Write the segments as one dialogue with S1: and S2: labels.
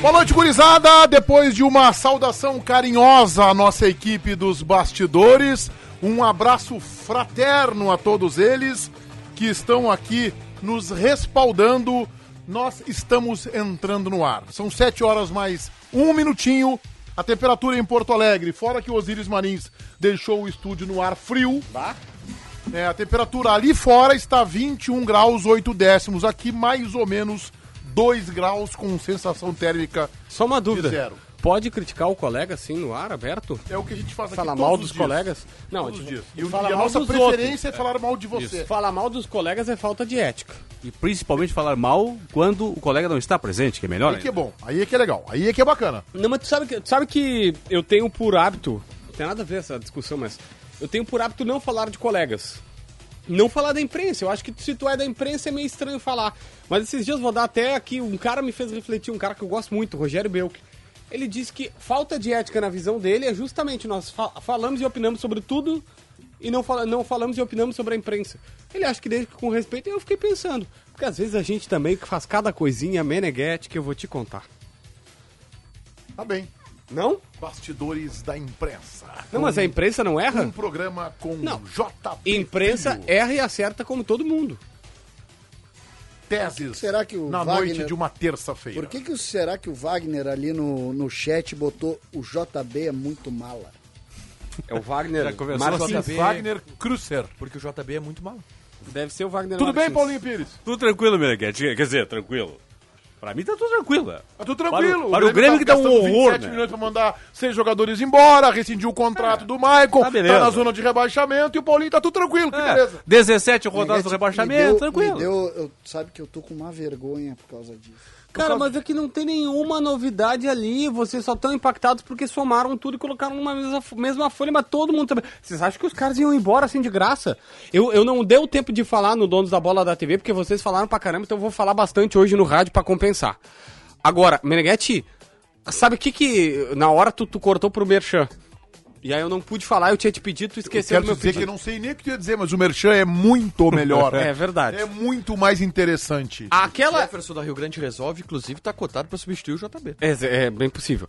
S1: Boa noite, gurizada! Depois de uma saudação carinhosa à nossa equipe dos bastidores, um abraço fraterno a todos eles que estão aqui nos respaldando. Nós estamos entrando no ar. São sete horas mais um minutinho. A temperatura em Porto Alegre, fora que o Osiris Marins deixou o estúdio no ar frio. É, a temperatura ali fora está 21 graus 8 décimos, aqui mais ou menos 2 graus com sensação térmica.
S2: Só uma dúvida.
S1: zero.
S2: Pode criticar o colega assim no ar, aberto?
S1: É o que a gente faz aqui
S2: Falar
S1: todos
S2: mal
S1: os
S2: dos
S1: dias.
S2: colegas? Não,
S1: Todos os
S2: tipo,
S1: dias. E, o-
S2: falar
S1: e a
S2: mal
S1: nossa
S2: dos
S1: preferência é falar mal de você.
S2: outros. Falar mal dos colegas é falta de ética.
S3: E principalmente falar mal quando o colega não está presente, que é melhor.
S1: Aí que é
S2: então.
S3: ainda.
S1: bom, aí é que é legal, aí é que é bacana.
S2: Não, mas tu sabe que, tu sabe que eu tenho por hábito, não tem nada a ver essa discussão, mas eu tenho por hábito não falar de colegas. Não falar da imprensa. Eu acho que se tu é da imprensa é meio estranho falar. Mas esses dias vou dar até aqui, um cara me fez refletir, um cara que eu gosto muito, o Rogério Belk. Ele disse que falta de ética na visão dele é justamente nós fa- falamos e opinamos sobre tudo e não, fala- não falamos e opinamos sobre a imprensa. Ele acha que desde que com respeito, eu fiquei pensando. Porque às vezes a gente também que faz cada coisinha meneguete que eu vou te contar.
S1: Tá bem.
S2: Não?
S1: Bastidores da imprensa.
S2: Não, mas a imprensa não
S1: Um
S2: erra?
S1: programa com
S2: Não.
S1: JP.
S2: Imprensa
S1: Filho.
S2: erra e acerta como todo mundo.
S1: teses.
S4: Será que o
S1: na
S4: Wagner-
S1: noite de uma terça-feira.
S4: Por que, que o- será que o Wagner ali no, no chat botou o JB é muito mala?
S2: É o Wagner.
S3: Já conversou assim?
S2: Martins.
S3: sobre-
S1: Wagner Cruiser.
S5: Porque o JB é muito mal.
S2: Deve ser o Wagner.
S1: Tudo bem,
S2: Martins.
S1: Paulinho Pires?
S3: Tudo tranquilo, Meneghete. Quer dizer, tranquilo. Pra mim tá tudo tranquilo.
S4: É.
S3: né?
S1: Tá tudo
S3: Para o-
S1: tranquilo. tá
S3: para o Grêmio que dá um
S1: gastando
S3: horror, né?
S1: milhões pra mandar seis jogadores embora, rescindiu o contrato do Michael, tá,
S3: Ah, beleza.
S1: na zona de rebaixamento e o Paulinho tá tudo tranquilo, que
S3: É,
S1: beleza.
S3: 17 rodadas do
S4: Meneghetti,
S3: rebaixamento,
S4: É tipo, me
S3: tranquilo.
S4: deu- me deu- eu, sabe que eu tô com uma vergonha por causa disso.
S2: Cara, mas é que não tem nenhuma novidade ali. Vocês só estão impactados porque somaram tudo e colocaram numa mesma, mesma folha, mas todo mundo também. Vocês acham que os caras iam embora assim de graça? Eu, eu não deu tempo de falar no Donos da Bola da TV, porque vocês falaram pra caramba, então eu vou falar bastante hoje no rádio pra compensar. Agora, Meneghetti, sabe o que que. Na hora tu, tu cortou pro Merchan. E aí eu não pude falar, eu tinha te pedido, tu
S1: Eu
S2: esqueceu
S1: quero
S2: do
S1: te
S2: é meu
S1: dizer
S2: pedido.
S1: que eu não sei nem o que tu ia dizer, mas o Merchan é muito melhor.
S2: É verdade. Ah,
S1: É muito mais interessante.
S2: Aquela.
S5: Jefferson da Rio Grande resolve, inclusive, tá cotado pra substituir o JB.
S2: É, é bem possível.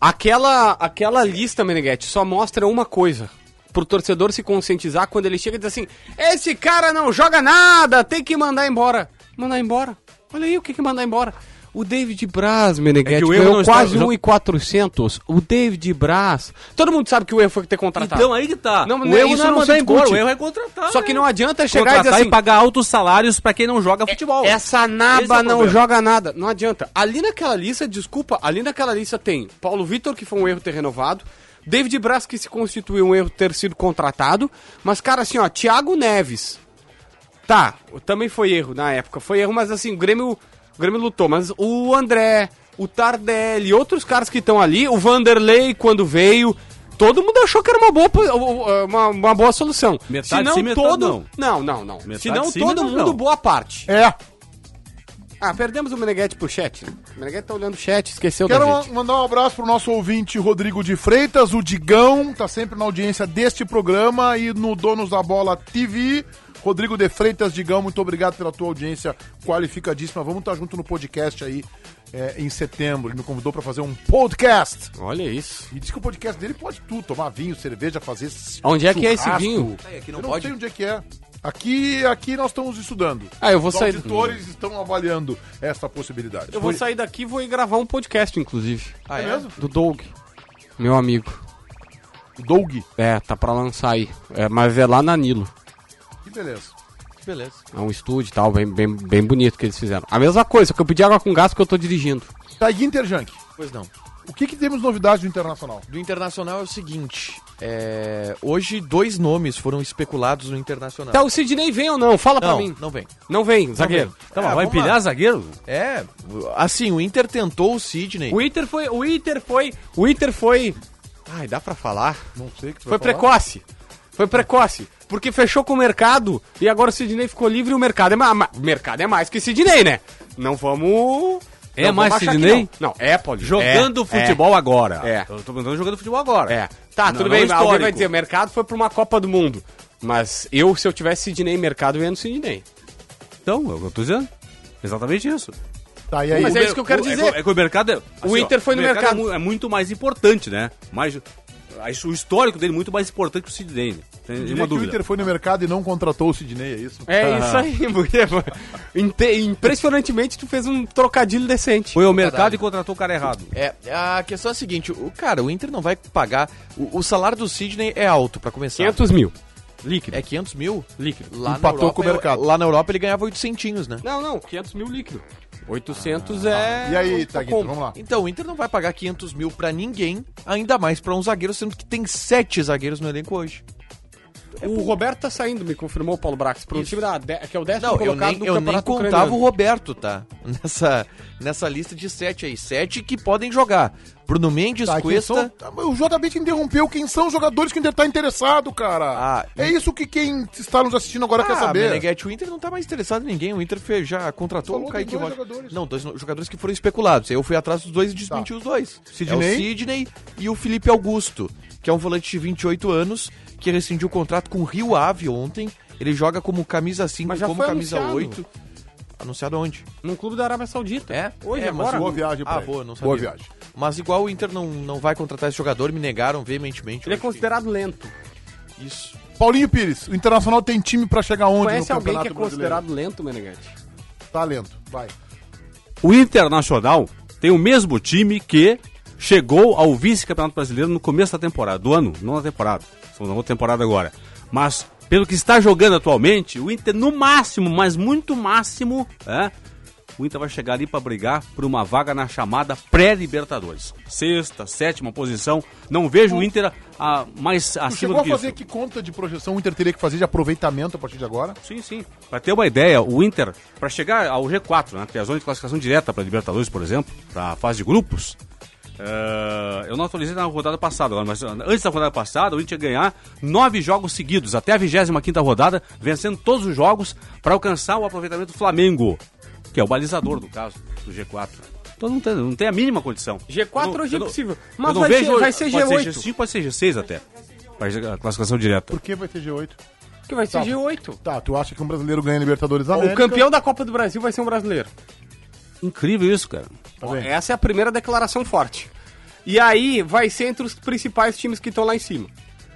S2: Aquela, aquela lista, Meneghetti, só mostra uma coisa. Pro torcedor se conscientizar quando ele chega e diz assim: Esse cara não joga nada, tem que mandar embora. Mandar embora. Olha aí o que, que mandar embora. O David Braz, Meneghetti,
S3: É que o erro
S2: ganhou
S3: não está-
S2: quase
S3: jo-
S2: 1,400. O David Braz. Todo mundo sabe que o erro foi ter contratado.
S3: Então aí que tá.
S2: Não,
S3: o erro
S2: isso
S3: não é
S2: não se
S3: mandar embora,
S2: discute.
S3: o erro é contratar.
S2: Só que
S3: né?
S2: não adianta chegar e
S3: Contratar
S2: dizer
S3: e,
S2: assim:
S3: pagar altos salários pra quem não joga futebol.
S2: Essa
S3: Esse é
S2: naba
S3: o
S2: não
S3: problema.
S2: joga nada. Não adianta. Ali naquela lista, desculpa, ali naquela lista tem Paulo Vitor, que foi um erro ter renovado. David Braz, que se constituiu um erro ter sido contratado. Mas, cara, assim, ó, Thiago Neves. Tá, também foi erro na época. Foi erro, mas assim, o Grêmio, o Grêmio lutou. Mas o André, o Tardelli, outros caras que estão ali, o Vanderlei quando veio. Todo mundo achou que era uma boa, po- uma, uma boa solução.
S3: Metade
S2: Se não
S3: sim, metade
S2: todo. Não, não, não.
S3: Metade
S2: Se não
S3: sim,
S2: todo
S3: metade
S2: mundo,
S3: não.
S2: boa parte.
S1: É.
S2: Ah, perdemos o Meneghetti pro chat. né? O Meneghetti tá olhando o chat, esqueceu
S1: Quero
S2: da
S1: ma-
S2: gente.
S1: mandar um abraço pro nosso ouvinte Rodrigo de Freitas, o Digão, tá sempre na audiência deste programa e no Donos da Bola TV. Rodrigo de Freitas, Digão, muito obrigado pela tua audiência qualificadíssima. Vamos estar junto no podcast aí é, em setembro. Ele me convidou pra fazer um podcast.
S2: Olha isso.
S1: E disse que o podcast dele pode tudo, tomar vinho, cerveja, fazer
S2: Onde é que é esse
S1: churrasco.
S2: vinho?
S5: É, aqui
S1: Eu não sei onde é que é. Aqui, aqui nós estamos estudando.
S2: Ah, eu vou
S1: Os
S2: sair-
S1: auditores estão avaliando essa possibilidade.
S2: Eu vou sair daqui e vou ir gravar um podcast, inclusive.
S5: Ah, é?
S2: Do Doug, meu amigo.
S1: Doug,
S2: É, tá pra lançar aí. É, mas é lá na Nilo.
S1: que beleza.
S5: Beleza.
S2: É um estúdio e tal, bem, bem, bem bonito que eles fizeram. A mesma coisa, que eu pedi água com gás porque eu tô dirigindo.
S1: Tá, e Interjunk?
S5: Pois não.
S1: O que, que temos novidades do Internacional?
S5: Do Internacional é o seguinte. é, Hoje, dois nomes foram especulados no Internacional.
S1: Então,
S2: Tá, o Sidney vem ou não? Fala pra
S5: não,
S2: mim.
S5: não vem.
S2: Não vem, zagueiro.
S3: Tá, mas
S5: Ah,
S3: vai
S5: vamos
S3: empilhar
S5: lá.
S3: zagueiro?
S5: É, assim, o Inter tentou o Sidney.
S2: O Inter foi. O Inter foi. O Inter foi. Ai, dá pra falar?
S1: Não sei o que tu
S2: Foi
S1: vai falar.
S2: precoce. Foi precoce. Porque fechou com o mercado e agora o Sidney ficou livre e o mercado é mais. O mercado é mais que Sidney, né? Não vamos.
S6: É
S2: não
S6: mais
S2: achar que
S6: Sidney?
S2: Não. não, é, Paulinho.
S6: Jogando
S2: É,
S6: futebol agora.
S2: É.
S6: Eu tô perguntando jogando futebol agora.
S2: É. é. Tá,
S6: Não,
S2: tudo
S6: não
S2: bem,
S6: é
S2: alguém vai
S6: histórico.
S2: dizer, o mercado foi pra uma Copa do Mundo. Mas eu, se eu tivesse Sidney e mercado, eu ia no Sidney.
S6: Então, é o que eu tô dizendo. Exatamente isso.
S1: Tá, e aí?
S2: Mas é isso que eu quero
S6: o-
S2: dizer.
S6: É, que- é que o mercado. é- assim,
S2: Inter foi no
S6: É,
S2: mercado.
S6: mu- é muito mais importante, né? Mais, acho o histórico dele é muito mais importante que o Sidney. né? Tem
S1: Diria
S6: nenhuma
S1: que o
S6: dúvida.
S1: Inter foi no mercado e não contratou o Sidney, é isso?
S2: É isso aí, porque inte- impressionantemente tu fez um trocadilho decente.
S6: Foi ao mercado e contratou o cara errado.
S5: É, a questão é a seguinte, o cara, o Inter não vai pagar. O, o salário do Sidney é alto, pra começar.
S2: 500 mil.
S6: Líquido.
S5: É 500 mil?
S6: Líquido.
S5: Lá na
S1: Empatou
S5: Europa, é
S1: com o mercado.
S5: Lá na Europa ele ganhava 800, né?
S2: Não, não, 500 mil líquido. 800 é.
S1: E aí,
S2: tá
S1: Taguito, vamos lá.
S5: Então, o Inter não vai pagar 500 mil pra ninguém, ainda mais pra um zagueiro, sendo que tem sete zagueiros no elenco hoje.
S2: O Roberto tá saindo, me confirmou o Paulo Brax, pro
S5: Isso.
S2: time da, de- que é o décimo
S5: Não, eu
S2: colocado
S5: nem,
S2: do
S5: eu nem
S2: campeonato
S5: contava
S2: ucraniano.
S5: o Roberto, tá? Nessa, nessa lista de sete aí. Sete que podem jogar. Bruno Mendes,
S1: Tá, quem
S5: Cuesta...
S1: são- tá, mas o JB te interrompeu. Quem são os jogadores que o Inter tá interessado, cara?
S5: Ah,
S1: é isso que quem está nos assistindo agora quer
S5: Ah,
S1: saber.
S5: Meneghete, o Inter não tá mais interessado em ninguém. O Inter fe- já contratou
S1: Falou
S5: o Kaique
S1: de dois
S5: Rocha.
S1: jogadores. Tá.
S5: Não, dois no- jogadores que foram especulados. Eu fui atrás dos dois e desmenti os dois.
S1: Sidney.
S5: É o Sidney e o Felipe Augusto, que é um volante de 28 anos, que rescindiu o contrato com o Rio Ave ontem. Ele joga como camisa 5,
S2: Mas já
S5: como
S2: foi
S5: camisa
S2: anunciado.
S5: 8. Anunciado onde?
S2: Num clube da Arábia Saudita.
S5: É?
S2: Hoje,
S5: é,
S2: agora.
S1: boa viagem pra
S5: Ah,
S1: ele.
S5: boa, não sabia.
S1: Boa viagem.
S5: Mas igual o Inter não, não vai contratar esse jogador, me negaram veementemente.
S2: Ele é
S5: hoje.
S2: considerado lento.
S5: Isso.
S1: Paulinho Pires, o Internacional tem time pra chegar onde
S2: Conhece
S1: no
S2: alguém
S1: campeonato
S2: que é considerado lento, Meneghete?
S1: brasileiro? Talento, vai.
S6: O Internacional tem o mesmo time que chegou ao vice-campeonato brasileiro no começo da temporada, do ano, não na temporada, estamos na outra temporada agora. Mas, pelo que está jogando atualmente, o Inter, no máximo, mas muito máximo, é, o Inter vai chegar ali para brigar por uma vaga na chamada pré-Libertadores. Sexta, sétima posição. Não vejo o Inter ah, mais
S1: Tu
S6: acima
S1: chegou
S6: do
S1: a
S6: que
S1: fazer
S6: isso.
S1: que conta de projeção o Inter teria que fazer de aproveitamento a partir de agora?
S6: Sim, sim. Pra ter uma ideia, o Inter, pra chegar ao G4, né, que é a zona de classificação direta pra Libertadores, por exemplo, pra fase de grupos, eh, eu não atualizei na rodada passada, agora, mas eh, antes da rodada passada, o Inter ia ganhar nove jogos seguidos, até a 25 rodada, vencendo todos os jogos pra alcançar o aproveitamento do Flamengo, que é o balizador, no caso, do G4. Então não tem, não tem a mínima condição.
S2: G4
S6: Eu não-
S2: hoje é
S6: eu não-
S2: possível,
S6: eu
S2: mas
S6: não
S2: vai
S6: vejo-
S2: ser- vai ser
S6: Pode ser
S2: G8.
S6: G5, pode ser G6 até. Pra classificação direta.
S1: Por que vai ter G8?
S2: Que vai ser
S1: Tá.
S2: G8.
S1: Tá, tu acha que um brasileiro ganha Libertadores da América?
S2: O campeão da Copa do Brasil vai ser um brasileiro.
S6: Incrível isso, cara.
S1: Tá bem.
S2: Essa é a primeira declaração forte. E aí vai ser entre os principais times que estão lá em cima.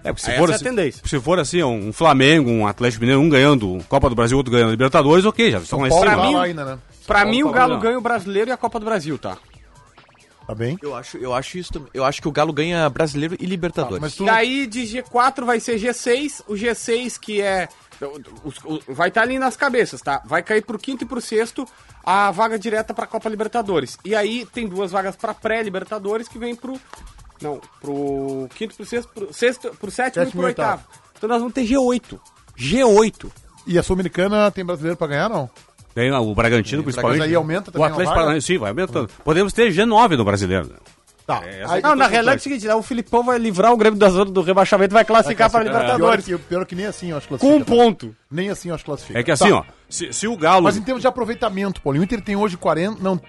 S6: É, porque se
S2: Essa
S6: for,
S2: é a
S6: assim-
S2: tendência.
S6: se for assim, um Flamengo, um Atlético Mineiro, um ganhando Copa do Brasil, outro ganhando Libertadores, ok, já estão lá em
S1: Paulo
S6: cima.
S1: tá
S2: é pra mim-
S1: lá ainda, né?
S2: Pra mim, o
S6: Paulo,
S2: Galo
S6: não.
S2: ganha o brasileiro e a Copa do Brasil, tá?
S1: Tá bem?
S5: Eu acho, eu acho isso também. Eu acho que o Galo ganha brasileiro e Libertadores.
S1: Ah, Mas tu
S2: E aí de G4 vai ser G6, o G6 que é. os- os- Vai estar ali nas cabeças, tá? Vai cair pro quinto e pro sexto a vaga direta pra Copa Libertadores. E aí tem duas vagas pra pré-Libertadores que vem pro. Não, pro quinto, pro sexto, pro, sexto, pro sétimo, e
S1: Sétimo
S2: pro
S1: e
S2: oitavo. Então nós vamos ter G8. G8.
S1: E a Sul-Americana tem brasileiro pra ganhar, não?
S6: Tem o Bragantino, principalmente.
S1: mas aí aumenta
S6: o
S1: também a
S6: Atlético
S1: vaga?
S6: Paranaense, sim, vai aumentando. Podemos ter G9 no brasileiro. né?
S1: Tá.
S6: essa
S1: Aí-
S2: Não, na realidade é o seguinte, né? o Filipão vai livrar o Grêmio da zona do rebaixamento e vai classificar pra
S1: É, Pior
S2: Libertadores.
S1: que, pior que nem assim eu acho que
S2: Com um
S1: classifica.
S2: ponto.
S1: Nem assim eu acho que classifica.
S6: É que assim,
S1: Tá.
S6: ó, se, se o Galo...
S1: Mas em termos de aproveitamento, Paulinho, o Inter tem hoje 40, não,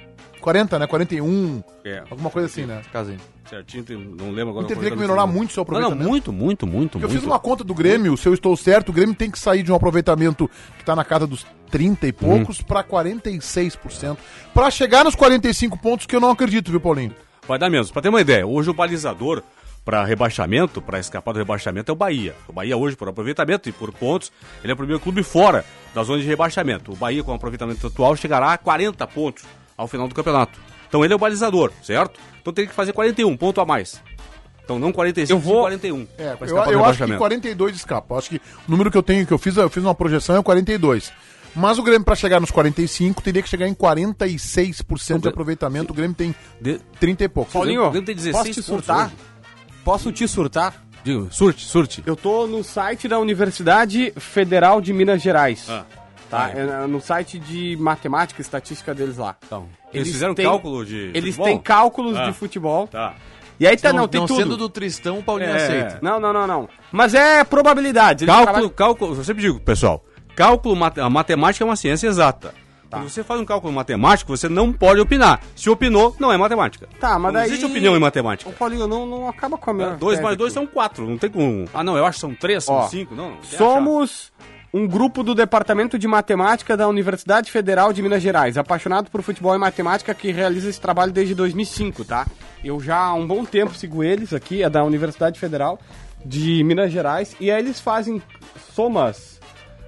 S1: 40, né? 41,
S6: É.
S1: alguma coisa assim, né?
S5: Casinho.
S6: Certinho, tem- não lembro agora.
S1: O Inter
S6: qual
S1: teria
S6: foi
S1: que
S6: o
S1: melhorar
S6: nome.
S1: muito o seu
S6: Não, não,
S1: aproveitamento.
S6: muito, muito, muito,
S1: Eu
S6: muito.
S1: fiz uma conta do Grêmio, se eu estou certo, o Grêmio tem que sair de um aproveitamento que tá na casa dos 30 e poucos
S6: Hum.
S1: pra 46%, Pra chegar nos 45 pontos que eu não acredito, viu, Paulinho?
S6: Vai dar menos. Pra ter uma ideia, hoje o balizador pra rebaixamento, pra escapar do rebaixamento, é o Bahia. O Bahia hoje, por aproveitamento e por pontos, ele é o primeiro clube fora da zona de rebaixamento. O Bahia, com o aproveitamento atual, chegará a 40 pontos ao final do campeonato. Então ele é o balizador, certo? Então tem que fazer 41, ponto a mais. Então não 45,
S2: Eu vou-
S6: sim 41.
S1: É, eu,
S6: pra escapar do
S1: eu acho que
S6: rebaixamento.
S1: 42 escapa. Acho que o número que eu tenho, que eu fiz, eu fiz uma projeção é 42. Mas o Grêmio, pra chegar nos 45, teria que chegar em 46% de aproveitamento. O Grêmio tem
S6: Então, De-
S1: 30 e poucos.
S6: Paulinho,
S2: Paulinho,
S6: o Grêmio tem 16
S2: posso te
S6: pontos
S2: surtar?
S6: hoje.
S2: Posso te surtar?
S6: Digo, surte, surte.
S2: Eu tô no site da Universidade Federal de Minas Gerais.
S6: Ah,
S2: Tá? É no site de matemática e estatística deles lá.
S6: Então, eles, fizeram
S2: têm-
S6: cálculo de
S2: Eles
S6: futebol?
S2: têm cálculos
S6: Ah,
S2: de futebol.
S6: Tá.
S7: E aí tá, não,
S5: não,
S7: tem
S5: não
S7: tudo.
S5: sendo do Tristão, o Paulinho
S7: É.
S5: aceita.
S7: Não, não, não, não. Mas é probabilidade. Ele
S6: Cálculo,
S7: trabalha-
S6: cálculo, eu sempre digo, pessoal, cálculo, mat- a matemática é uma ciência exata.
S2: Tá.
S6: Quando você faz um cálculo matemático, você não pode opinar. Se opinou, não é matemática.
S2: Tá, mas
S6: não
S2: daí-
S6: existe opinião em matemática.
S2: Ô, Paulinho, não, não acaba com a minha.
S6: Dois mais
S2: tese
S6: dois
S2: aqui.
S6: são quatro, não tem como. Ah, não, eu acho que são três, são
S2: Ó,
S6: cinco, não. não tem achado.
S2: Somos um grupo do Departamento de Matemática da Universidade Federal de Minas Gerais, apaixonado por futebol e matemática que realiza esse trabalho desde 2005, tá? Eu já há um bom tempo sigo eles aqui, é da Universidade Federal de Minas Gerais, e aí eles fazem somas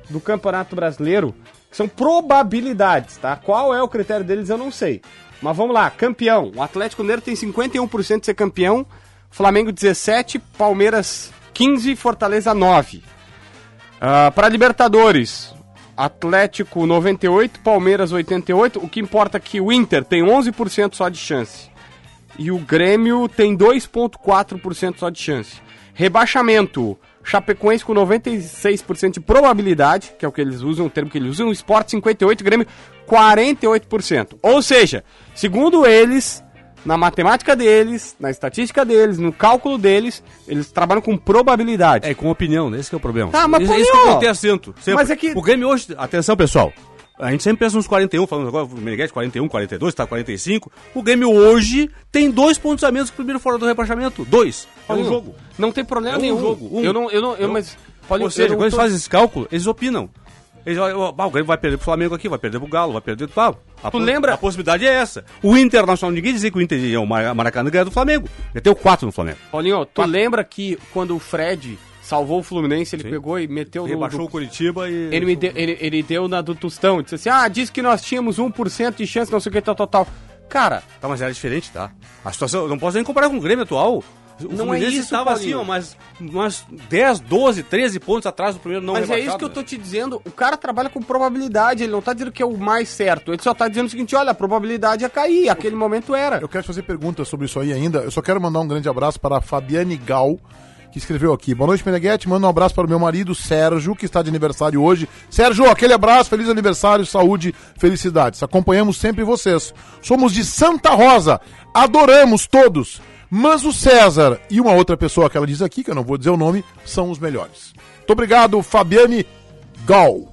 S2: do Campeonato Brasileiro, que são probabilidades, tá? Qual é o critério deles, eu não sei. Mas vamos lá, campeão. O Atlético Mineiro tem 51% de ser campeão, Flamengo 17, Palmeiras 15, Fortaleza 9. Ah, Pra Libertadores, Atlético 98, Palmeiras 88. O que importa é que o Inter tem 11% só de chance. E o Grêmio tem 2,4% só de chance. Rebaixamento. Chapecoense com 96% de probabilidade, que é o que eles usam, o termo que eles usam. Sport 58, Grêmio 48%. Ou seja, segundo eles, na matemática deles, na estatística deles, no cálculo deles, eles trabalham com probabilidade.
S6: É, com opinião, esse que é o problema.
S2: Tá, mas
S6: Esse-
S2: Paulinho,
S6: esse que eu contesto, sinto. sempre.
S2: mas é que-
S6: O Grêmio hoje... Atenção, pessoal. A gente sempre pensa nos 41, falando agora, o Meneghetti 41, 42, tá 45. O Grêmio hoje tem dois pontos a menos que o primeiro fora do rebaixamento. Dois. É um
S2: Paulinho,
S6: jogo.
S2: Não tem problema
S6: É um
S2: nenhum.
S6: jogo, um.
S2: Eu não, eu não, eu, mas. Paulinho,
S6: Ou seja,
S2: eu não
S6: quando eles
S2: tô-
S6: fazem esse cálculo, eles opinam. Eles olham, ó, ah, o Grêmio vai perder pro Flamengo aqui, vai perder pro Galo, vai perder pro tal. A
S2: Tu lembra?
S6: A possibilidade é essa. O Internacional, ninguém dizia que o Inter ia ao Mara- Maracanã ganhar do Flamengo. Meteu quatro no Flamengo.
S2: Paulinho, tu lembra que quando o Fred salvou o Fluminense, ele pegou e meteu no-
S6: Rebaixou o
S2: no.
S6: Curitiba e...
S2: Ele, me deu, ele, ele deu na do Tostão, disse assim: ah, disse que nós tínhamos 1% de chance, não sei o que, tal, tal, tal. Cara,
S6: Tá, mas era diferente, tá? A situação, eu não posso nem comparar com o Grêmio atual. O
S2: Não
S6: Fluminense
S2: é isso,
S6: estava assim,
S2: Paulinho.
S6: ó, mas, mas 10, 12, 13 pontos atrás do primeiro não
S2: mas é
S6: rebaixado,
S2: isso que eu tô
S6: né?
S2: te dizendo. O cara trabalha com probabilidade, ele não tá dizendo que é o mais certo. Ele só tá dizendo o seguinte: olha, a probabilidade é cair, aquele momento era.
S1: Eu quero te fazer perguntas sobre isso aí ainda. Eu só quero mandar um grande abraço para a Fabiane Gal, que escreveu aqui. Boa noite, Meneghetti. Manda um abraço para o meu marido, Sérgio, que está de aniversário hoje. Sérgio, aquele abraço, feliz aniversário, saúde, felicidades. Acompanhamos sempre vocês. Somos de Santa Rosa, adoramos todos. Mas o César e uma outra pessoa que ela diz aqui, que eu não vou dizer o nome, são os melhores. Muito obrigado, Fabiane Gal.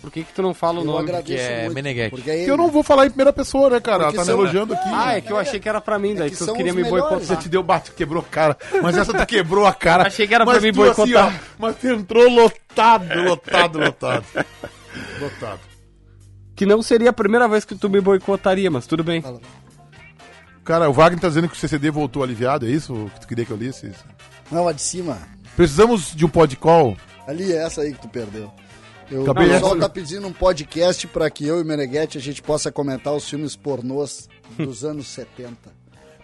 S2: Por que, que tu não fala o
S4: Eu
S2: nome?
S4: agradeço
S5: que é
S4: muito,
S5: Meneghetti.
S4: Porque aí
S1: Eu não vou falar em primeira pessoa, né, cara?
S4: Porque
S1: ela tá
S4: são-
S1: me elogiando aqui.
S2: Ah, é que eu achei que era pra mim, daí
S4: que
S2: tu
S4: são
S2: queria
S4: os
S2: me
S4: melhores.
S1: Você
S2: boicotar.
S1: te deu bate, quebrou a cara. Mas essa tu quebrou a cara.
S2: Achei que era
S1: mas
S2: pra me
S1: tu, assim,
S2: boicotar.
S1: ó, mas tu entrou lotado, lotado, lotado. Lotado.
S2: Que não seria a primeira vez que tu me boicotaria, mas tudo bem.
S1: Cara, o Wagner tá dizendo que o CCD voltou aliviado, é isso que tu queria que eu lisse?
S4: Não, a de cima.
S1: Precisamos de um podcast.
S4: Ali é essa aí que tu perdeu. Eu, o
S1: Acabei
S4: pessoal
S1: essa.
S4: tá pedindo um podcast pra que eu e o Meneghetti a gente possa comentar os filmes pornôs dos anos 70.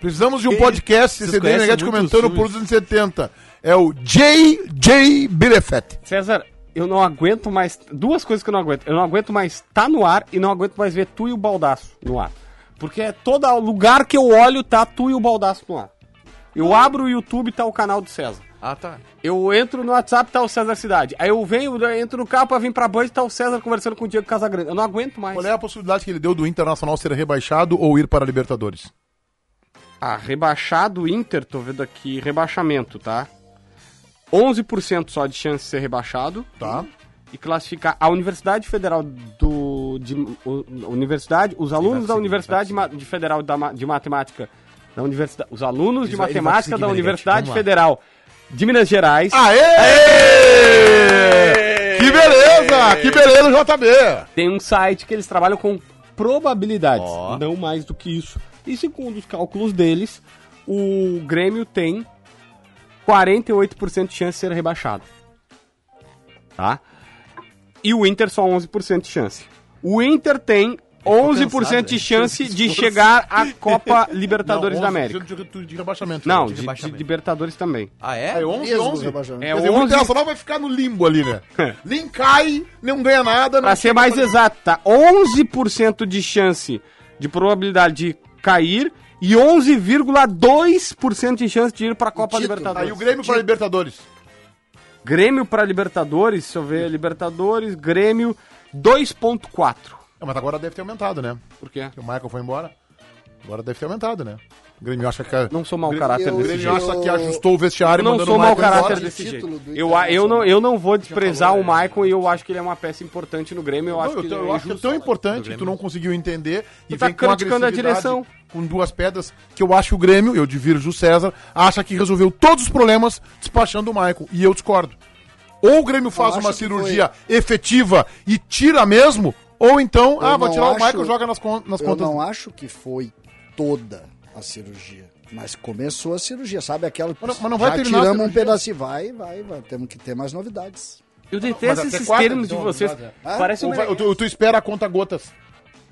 S1: Precisamos de um podcast
S5: vocês
S1: CCD
S5: conhecem
S1: Negativo
S5: muitos
S1: comentando por
S5: filmes.
S1: dos anos 70. É o J.J. Birefet.
S2: César, eu não aguento mais. Duas coisas que eu não aguento. Eu não aguento mais tá no ar e não aguento mais ver tu e o baldaço no ar. Porque é todo lugar que eu olho tá tu e o baldaço no ar. Eu abro o YouTube tá o canal do César.
S5: Ah, tá.
S2: Eu entro no WhatsApp tá o César Cidade. Aí eu venho, eu entro no carro pra vir pra Band tá o César conversando com o Diego Casagrande. Eu não aguento mais.
S1: Qual é a possibilidade que ele deu do Internacional ser rebaixado ou ir para a Libertadores?
S2: Ah, rebaixado Inter, tô vendo aqui rebaixamento, tá? 11% só de chance de ser rebaixado.
S1: Tá.
S2: e classificar a Universidade Federal do de, o- Universidade, os alunos da Universidade de Ma- de Federal da Ma- de Matemática da Universidade, os alunos de
S5: vai- ele vai
S2: matemática
S5: conseguir,
S2: da
S5: Meneghetti,
S2: Universidade
S5: vamos lá.
S2: Federal de Minas Gerais
S1: Aê! Que beleza! Que beleza, JB!
S2: tem um site que eles trabalham com probabilidades, não mais do que isso. E segundo os cálculos deles, o Grêmio tem 48% de chance de ser rebaixado. Tá? E o Inter só 11% de chance. O Inter tem 11% de chance de chegar à Copa Libertadores da América.
S1: De, de, de rebaixamento.
S2: Não,
S1: De-
S2: de, de
S5: rebaixamento.
S2: Libertadores também.
S5: Ah,
S1: É
S5: é?
S1: 11,
S4: Mesmo
S1: 11.
S4: rebaixamento.
S1: Quer
S2: É
S1: dizer, O
S2: 11.
S1: Internacional vai ficar no limbo ali, né? Nem cai, não ganha nada.
S2: Pra
S1: não
S2: ser mais exato, tá? 11% de chance de probabilidade de cair e 11,2% de chance de ir pra Copa
S4: Título.
S1: tá Aí o
S2: Libertadores.
S1: Grêmio para Libertadores.
S2: Grêmio pra Libertadores, deixa eu ver, Libertadores, Grêmio 2,4.
S1: É, mas agora deve ter aumentado, né?
S2: Por quê?
S1: Porque o Michael foi embora. Agora deve ter aumentado, né? O Grêmio acha que, a-
S2: Não sou mau caráter
S4: Eu-
S1: o
S2: desse
S1: Grêmio
S2: jeito.
S1: acha que ajustou o vestiário
S2: Eu não
S1: mandando
S2: sou
S1: o
S2: mau
S1: Michael
S2: caráter
S1: embora.
S2: desse
S4: Título
S1: é
S2: jeito.
S4: do
S2: Eu, a- eu, não, eu não vou desprezar
S1: falou,
S2: o Maicon e eu acho que ele é uma peça importante no Grêmio. Eu acho
S1: Não, eu,
S2: que
S1: te-
S2: ele
S1: eu acho que é
S2: injusto.
S1: tão importante que tu não conseguiu entender e
S2: né? tá
S1: vem com
S2: criticando a
S1: agressividade,
S2: direção.
S1: com duas pedras, que eu acho que o Grêmio, eu divirjo o César, acha que resolveu todos os problemas despachando o Maicon, e eu discordo. Ou o Grêmio faz
S4: acho
S1: uma
S4: que
S1: cirurgia efetiva e tira mesmo, ou então, ah, vou
S4: não
S1: tirar o
S4: acho-
S1: Maicon e joga nas, con- nas
S4: eu
S1: contas.
S4: não acho que foi toda a cirurgia. Mas começou a cirurgia, sabe? Aquela.
S1: Mas não- mas não vai
S4: já
S1: terminar a
S4: tiramos um
S1: cirurgia?
S4: pedacinho. Vai, vai, vai. Temos que ter mais novidades.
S2: Eu
S1: Mas
S2: detesto
S1: até
S2: esses
S1: quarta,
S2: termos de
S1: então,
S2: vocês.
S1: verdade.
S2: Parece
S1: Ou
S2: um.
S1: vai- ou tu, ou tu espera a conta gotas.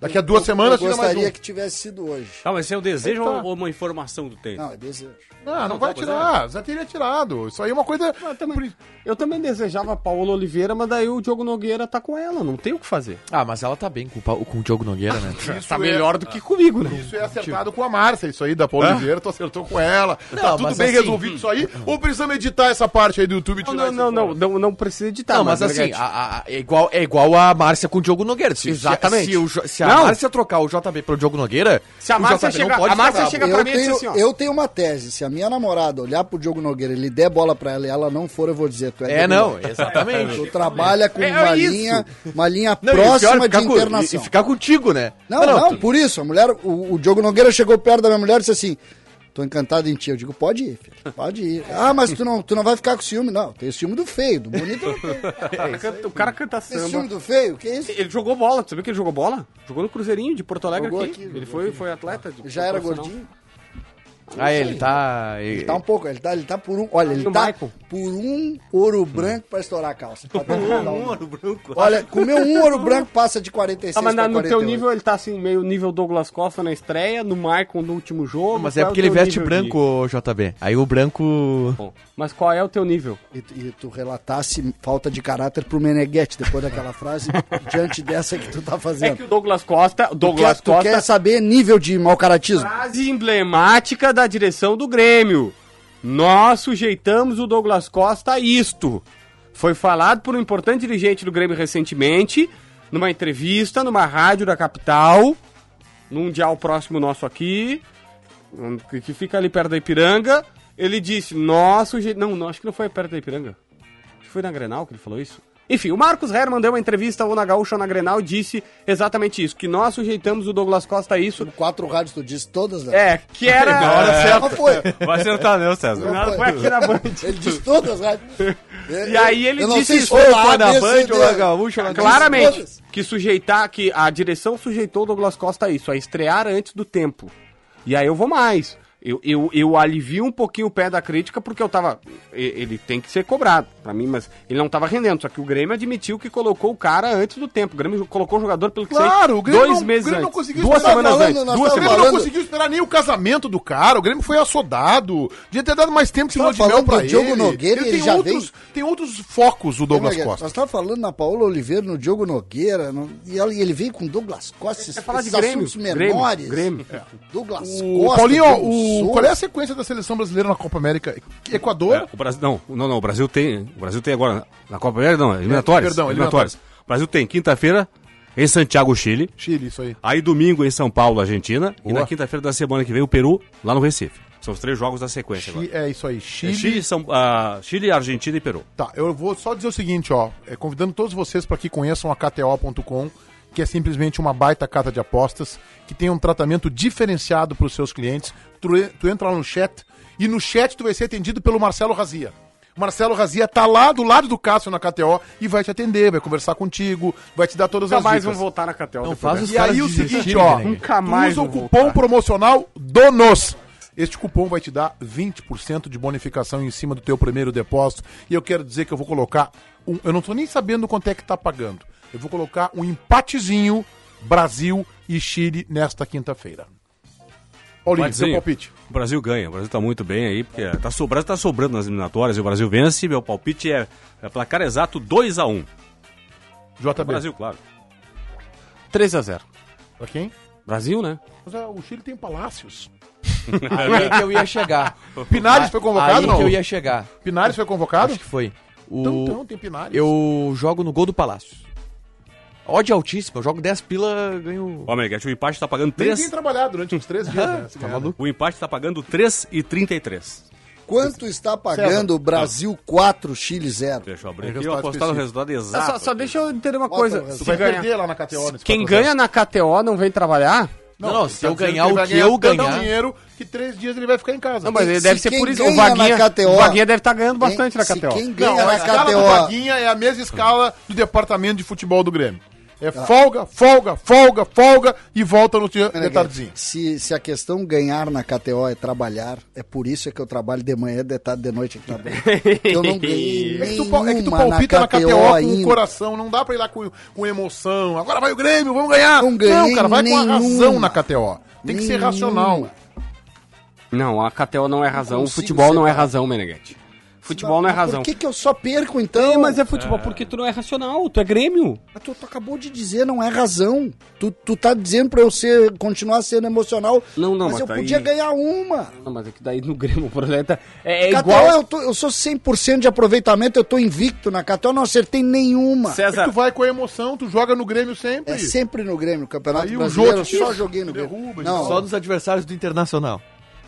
S1: Daqui a duas semanas
S4: eu
S1: tira mais um.
S4: gostaria que tivesse sido hoje.
S6: Tá, mas isso é um desejo ou- ou uma informação do tempo?
S4: Não, é desejo.
S1: Ah, não, vai tirar, já teria tirado. Isso aí é uma coisa...
S2: também, eu também desejava a Paola Oliveira, mas daí o Diogo Nogueira tá com ela, não tem o que fazer.
S5: Ah, mas ela tá bem com o, Pau- com o Diogo Nogueira, né?
S1: Isso
S2: Tá
S1: é-
S2: melhor do que comigo, né?
S1: Isso é
S4: Tipo.
S1: acertado com a Márcia, isso aí da Paula Oliveira, tu acertou com ela. tá tudo
S5: mas
S1: bem
S5: assim-
S1: resolvido isso aí? Ou precisamos editar essa parte aí do YouTube e
S2: Não,
S1: tirar
S2: não,
S1: isso
S2: não,
S1: fora?
S2: não, não, não precisa editar.
S5: Não, mas assim, a- a- a- é, igual, é igual a Márcia com o Diogo Nogueira. Se, se-
S2: Exatamente.
S5: Se, o Jo- se a
S2: Não.
S5: Márcia trocar o JB pelo Diogo Nogueira,
S2: Se a
S5: o
S2: Márcia
S5: JB não
S2: chegar-
S5: pode
S2: a Márcia
S5: ficar bravo.
S2: chega- pra
S4: eu,
S2: mim e
S4: tenho,
S2: diz assim, ó.
S4: eu tenho uma tese. Se a minha namorada olhar pro Diogo Nogueira e lhe der bola pra ela e ela não for, eu vou dizer, tu é
S5: É, não,
S4: Nogueira.
S5: exatamente.
S4: Tu trabalha com
S2: É
S4: uma,
S2: isso.
S4: linha, uma linha
S5: Não, e o pior é
S4: próxima
S5: ficar
S4: de
S5: com-
S4: internação.
S5: e- e ficar contigo, né?
S4: Não, não,
S5: tu-
S4: por isso. A mulher, o, o Diogo Nogueira chegou perto da minha mulher e disse assim: tô encantado em ti. Eu digo, pode ir, filho, pode ir. ah, mas tu não, tu não vai ficar com ciúme. Não, tem ciúme do feio, do bonito. eu não tenho.
S2: o cara canta
S4: Tem
S2: samba.
S4: ciúme do feio? Que isso?
S2: Ele jogou bola, tu sabia que ele jogou bola? Jogou no Cruzeirinho de Porto Alegre
S4: Jogou
S2: aqui.
S4: aqui,
S2: Ele
S4: jogou
S2: foi, foi atleta. de-
S4: Já era
S2: profissional.
S4: gordinho?
S5: Ah, ele tá...
S4: Ele tá um pouco, ele tá, ele tá por um. Olha, ele
S2: E o
S4: tá
S2: Michael?
S4: por um ouro branco pra estourar a calça. Pra tentar dar um ouro branco. Olha, comeu um ouro branco passa de 46
S2: Tá, mas na-
S4: pra
S2: no teu
S4: 48.
S2: nível ele tá assim, meio nível Douglas Costa na estreia, no Maicon no último jogo.
S5: Mas
S2: Qual
S5: é
S2: o
S5: porque ele
S2: teu
S5: veste
S2: nível
S5: branco, ô, JB. Aí o branco...
S2: de- Bom, Mas qual é o teu nível?
S4: E, tu- e tu relatasse falta de caráter pro Meneghetti depois daquela frase, diante dessa que tu tá
S2: É
S4: fazendo.
S2: que o Douglas Costa, o
S4: Tu quer,
S2: Douglas
S4: tu
S2: Costa,
S4: quer saber nível de mau caratismo?
S2: frase emblemática da direção do Grêmio. Nós sujeitamos o Douglas Costa a isto. Foi falado por um importante dirigente do Grêmio recentemente, numa entrevista, numa rádio da capital, num mundial próximo nosso aqui, um, que que fica ali perto da Ipiranga. Ele disse, nós sujeitamos... Não, não, acho que não foi perto da Ipiranga. Acho que foi na Grenal que ele falou isso. Enfim, o Marcos Herman deu uma entrevista ou na Gaúcha ou na Grenal e disse exatamente isso, que nós sujeitamos o Douglas Costa a isso
S4: Quatro rádios tu disse todas, né?
S2: é, que era.
S6: Na hora certa.
S4: Não foi.
S6: Vai acertar, não, César.
S4: Não
S2: Foi aqui na Band.
S4: Ele disse todas, né?
S1: É.
S4: E
S2: aí ele disse isso,
S4: foi né?
S5: Ou
S4: A,
S5: foi na
S4: B, C,
S5: Band,
S4: D.
S1: né?
S5: ou na Gaúcha, ou na...
S2: Claramente, que sujeitar, que a direção sujeitou o Douglas Costa a isso, a estrear antes do tempo. E aí eu vou mais. Eu, eu, eu alivio um pouquinho o pé da crítica porque eu tava. e- Ele tem que ser cobrado, pra mim, mas ele não tava rendendo. Só que o Grêmio admitiu que colocou o cara antes do tempo. O Grêmio colocou o jogador pelo que
S1: Claro,
S2: sei,
S1: o Grêmio
S2: dois
S1: não-
S2: meses
S1: o Grêmio não
S2: antes.
S1: conseguiu
S2: duas
S1: esperar
S2: semanas
S4: falando
S2: antes.
S4: na
S2: Duas
S1: O
S4: sala.
S2: semanas.
S1: Grêmio não
S4: falando-
S1: conseguiu esperar nem o casamento do cara, o Grêmio foi assodado, devia ter dado mais tempo de
S4: Tá
S1: lua de mel
S4: falando
S1: pra
S4: do
S1: ele.
S4: Diogo Nogueira, ele
S1: tem,
S4: já
S1: outros, tem outros focos o Douglas
S4: Como é que é?
S1: Costa.
S4: Nós estávamos falando na Paola Oliveira, no Diogo Nogueira, no- e, ela- e ele veio com Douglas Costa, esses,
S2: quer falar de
S4: esses
S2: Grêmio,
S4: assuntos
S2: Grêmio,
S4: menores.
S2: Grêmio.
S4: É. Douglas
S1: O
S4: Costa.
S1: Paulinho, ó,
S4: Souza.
S1: o, qual é a sequência da seleção brasileira na Copa América? Equador?
S6: É, o Brasil, não, não, não, o Brasil tem. O Brasil tem agora. Na Copa América, não, eliminatórias.
S1: perdão,
S6: eliminatórias. O Brasil tem quinta-feira em Santiago, Chile.
S1: Chile, isso aí.
S6: Aí domingo em São Paulo, Argentina. E
S1: Boa.
S6: na quinta-feira da semana que vem, o Peru, lá no Recife. São os três jogos da sequência agora.
S1: Chi- é isso aí,
S6: É
S1: Chile.
S6: Chile, São, ah, Chile, Argentina e Peru.
S1: Tá, eu vou só dizer o seguinte, ó, é, convidando todos vocês para que conheçam a KTO.com, que é simplesmente uma baita casa de apostas, que tem um tratamento diferenciado para os seus clientes. Tu, e- tu entra lá no chat e no chat tu vai ser atendido pelo Marcelo Razia. Marcelo Razia tá lá do lado do Cássio na KTO e vai te atender, vai conversar contigo, vai te dar todas
S2: Nunca
S1: as
S2: Então mais um vão
S1: dicas.
S2: voltar na Catel.
S5: Não
S2: depois dessa.
S5: faz os
S1: E
S5: caras
S1: aí o
S5: desistirem,
S1: seguinte, ó,
S5: né,
S2: Nunca
S1: tu
S2: mais
S1: usa o
S2: eu vou
S1: cupom
S2: voltar.
S1: promocional DONOS. Este cupom vai te dar 20% de bonificação em cima do teu primeiro depósito. E eu quero dizer que eu vou colocar um, eu não tô nem sabendo quanto é que tá pagando. Eu vou colocar um empatezinho Brasil e Chile nesta quinta-feira. Paulinho, seu
S6: Empatezinho.
S1: palpite.
S6: um O Brasil ganha, o Brasil tá muito bem aí, porque tá, so- o Brasil tá sobrando nas eliminatórias e o Brasil vence. Meu palpite é, é placar exato 2x1.
S1: JB.
S6: Brasil, claro.
S2: 3 a 0
S1: Pra quem?
S2: Brasil, né?
S1: Mas, ah, o Chile tem Palácios.
S5: Aí que eu ia chegar.
S1: Pinares foi convocado,
S5: Aí
S1: não?
S5: que eu ia chegar.
S1: Pinares foi convocado?
S5: Acho que foi. O...
S1: Então, então, tem Pinares.
S5: Eu jogo no gol do Palácio. Odd altíssima. Eu jogo 10 pila, ganho.
S6: Ó, Meneghete, o empate tá pagando
S1: Nem tem
S6: 3.
S1: trabalhado durante uns três dias, né? Se
S5: Tá
S1: ganhar,
S5: maluco?
S6: O empate tá pagando 3,33.
S4: Quanto está pagando o Brasil 4, Chile 0?
S6: Deixa eu abrir aqui, eu
S1: resultado
S6: apostar no
S1: específico.
S6: resultado É
S2: Tá,
S6: exato.
S2: só, só deixa eu entender uma
S4: Bota o
S2: coisa.
S4: resultado.
S1: Se
S2: Se vai ganhar.
S1: perder lá na KTO, nesse
S2: Quem
S1: 4 a 0.
S2: ganha na KTO não vem trabalhar?
S5: Não, não,
S1: ele
S5: se
S1: tá
S5: eu
S1: dizendo
S5: ganhar
S1: ele
S5: o
S1: vai
S5: que eu
S1: tanto
S5: ganhar-
S1: dinheiro que três dias ele vai ficar em casa.
S2: Não, mas ele
S4: Se
S2: deve ser
S4: quem
S2: por isso.
S4: ganha
S2: O Vaguinha,
S4: na KTO,
S2: o Vaguinha deve estar ganhando bastante na
S4: Se
S2: KTO.
S4: quem
S1: Não,
S4: ganha
S1: a
S4: na
S1: escala do
S4: KTO...
S1: Vaguinha é a mesma escala do departamento de futebol do Grêmio. É
S4: Tá.
S1: folga, folga, folga, folga e volta no dia- detalhezinho.
S4: Se, se a questão ganhar na KTO é trabalhar, é por isso é que eu trabalho de manhã, de tarde, de noite aqui na Band. Eu não ganhei
S1: É que, tu,
S4: nenhuma
S1: pal- é que tu palpita na KTO, com o
S4: ainda.
S1: coração, não dá pra ir lá com, com emoção. Agora vai o Grêmio, vamos ganhar.
S4: Não ganhei
S1: cara, vai com a razão
S4: nenhuma.
S1: na KTO. Tem que ser
S4: Nenhuma.
S1: racional.
S2: Não, a KTO não é razão.
S4: Não
S2: O
S4: consigo
S2: futebol não é
S4: separar.
S2: razão, Meneghete. Futebol não é
S4: Mas
S2: razão.
S4: Por que, que eu só perco, então?
S2: É, mas é futebol porque tu não é racional, tu é Grêmio.
S4: Mas Tu, tu acabou de dizer, não é razão. Tu, tu tá dizendo pra eu ser, continuar sendo emocional.
S2: Não, não,
S4: mas
S2: mas
S4: eu
S2: tá
S4: podia
S2: aí.
S4: ganhar uma.
S2: Não, mas é que daí no Grêmio o Proleta é, é
S4: KTO,
S2: igual.
S4: eu, tô- eu sou 100% de aproveitamento, eu tô invicto na KTO, eu não acertei nenhuma.
S1: É que tu vai com a emoção, tu joga no Grêmio sempre.
S4: É sempre no Grêmio, campeonato
S1: Aí o
S4: brasileiro,
S1: jogo
S4: eu só
S1: te
S4: joguei no Grêmio.
S1: derruba,
S4: não,
S5: Só dos adversários do Internacional.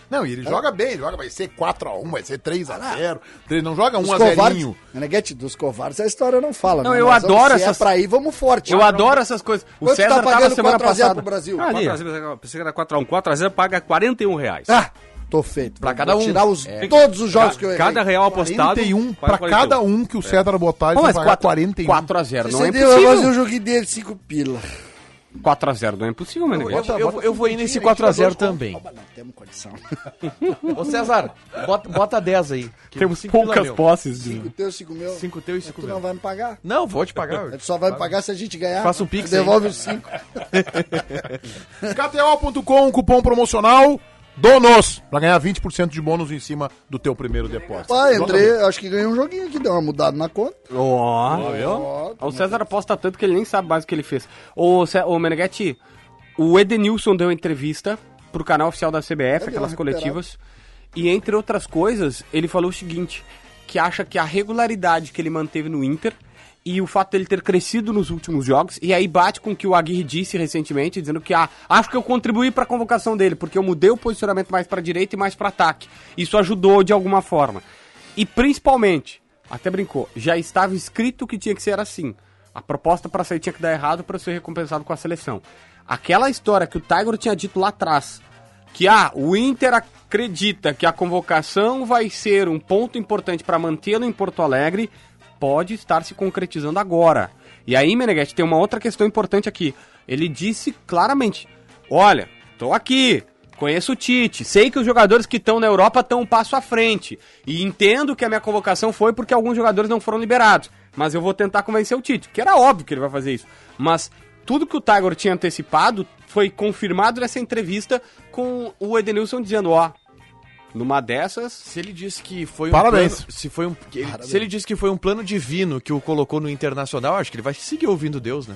S1: Não, e ele
S4: É.
S1: joga bem, ele joga, vai ser 4x1, vai ser 3x0. Ele não joga
S4: dos covardes,
S1: 1x0.
S4: Meneghete, dos covardes a história não fala.
S2: Não,
S4: né?
S2: eu
S4: Mas vamos-
S2: adoro
S4: se
S2: essas-
S4: é pra ir, vamos forte.
S2: Eu adoro essas coisas. O
S4: Quanto
S2: César
S4: tá
S2: tava
S4: pagando
S2: semana
S4: 4x0 pro
S2: passada.
S4: Brasil?
S6: Ah, 4 a 0, pensei que era 4x1. 4x0 paga R$ 41 reais.
S4: Ah, tô feito.
S5: Pra
S4: Vou
S5: cada um.
S4: tirar os,
S2: É,
S4: todos os jogos que eu errei.
S6: Cada real apostado.
S1: 41 pra
S6: paga 41.
S1: cada um
S5: É.
S1: que o César botar, ele
S2: Não,
S1: vai
S2: mas
S1: pagar
S2: 4,
S1: 41.
S2: 4 a 0 não é
S4: um. Você deu, eu fazer
S2: impossível.
S4: um joguinho dele, cinco pila.
S2: 4 a 0 não é impossível, Meneghete.
S5: Eu, eu- eu vou ir nesse 4x0
S4: tá
S5: também.
S4: Oba, não temos condição.
S5: Ô César, bota, bota 10 aí. que cinco pila meu.
S2: posses. de-
S4: Cinco teu, cinco meu.
S5: Cinco teu e cinco
S4: Tu
S5: meu.
S4: não vai me pagar. É,
S5: Não, vou te pagar.
S4: Tu só vai me pagar se a gente ganhar.
S5: Faça um pix
S4: Devolve os cinco.
S1: KTO.com, cupom promocional DONOS, pra ganhar 20% de bônus em cima do teu primeiro depósito.
S4: Pá, entrei, acho que ganhei um joguinho aqui, deu uma mudada na conta.
S2: Ó, Ah, o César aposta tanto que ele nem sabe mais o que ele fez. Ô, Cé- ô Meneghetti, o Edenilson deu entrevista pro canal oficial da CBF, aquelas
S4: recuperado.
S2: coletivas, e entre outras coisas, ele falou o seguinte, que acha que a regularidade que ele manteve no Inter e o fato dele ter crescido nos últimos jogos, e aí bate com o que o Aguirre disse recentemente, dizendo que ah, acho que eu contribuí pra convocação dele, porque eu mudei o posicionamento mais pra direita e mais pra ataque. Isso ajudou de alguma forma. E principalmente, até brincou, já estava escrito que tinha que ser assim. A proposta para sair tinha que dar errado para ser recompensado com a seleção. Aquela história que o Tiger tinha dito lá atrás, que ah, o Inter acredita que a convocação vai ser um ponto importante para mantê-lo em Porto Alegre, pode estar se concretizando agora. E aí, Meneghetti, tem uma outra questão importante aqui. Ele disse claramente: olha, tô aqui, conheço o Tite, sei que os jogadores que estão na Europa estão um passo à frente. E entendo que a minha convocação foi porque alguns jogadores não foram liberados. Mas eu vou tentar convencer o Tite, que era óbvio que ele vai fazer isso. Mas tudo que o Tiger tinha antecipado foi confirmado nessa entrevista com o Edenilson dizendo: ó, numa dessas.
S5: Se ele disse que foi um
S1: Parabéns.
S5: plano- se foi um que ele- se ele disse que foi um plano divino que o colocou no Internacional, acho que ele vai seguir ouvindo Deus, né?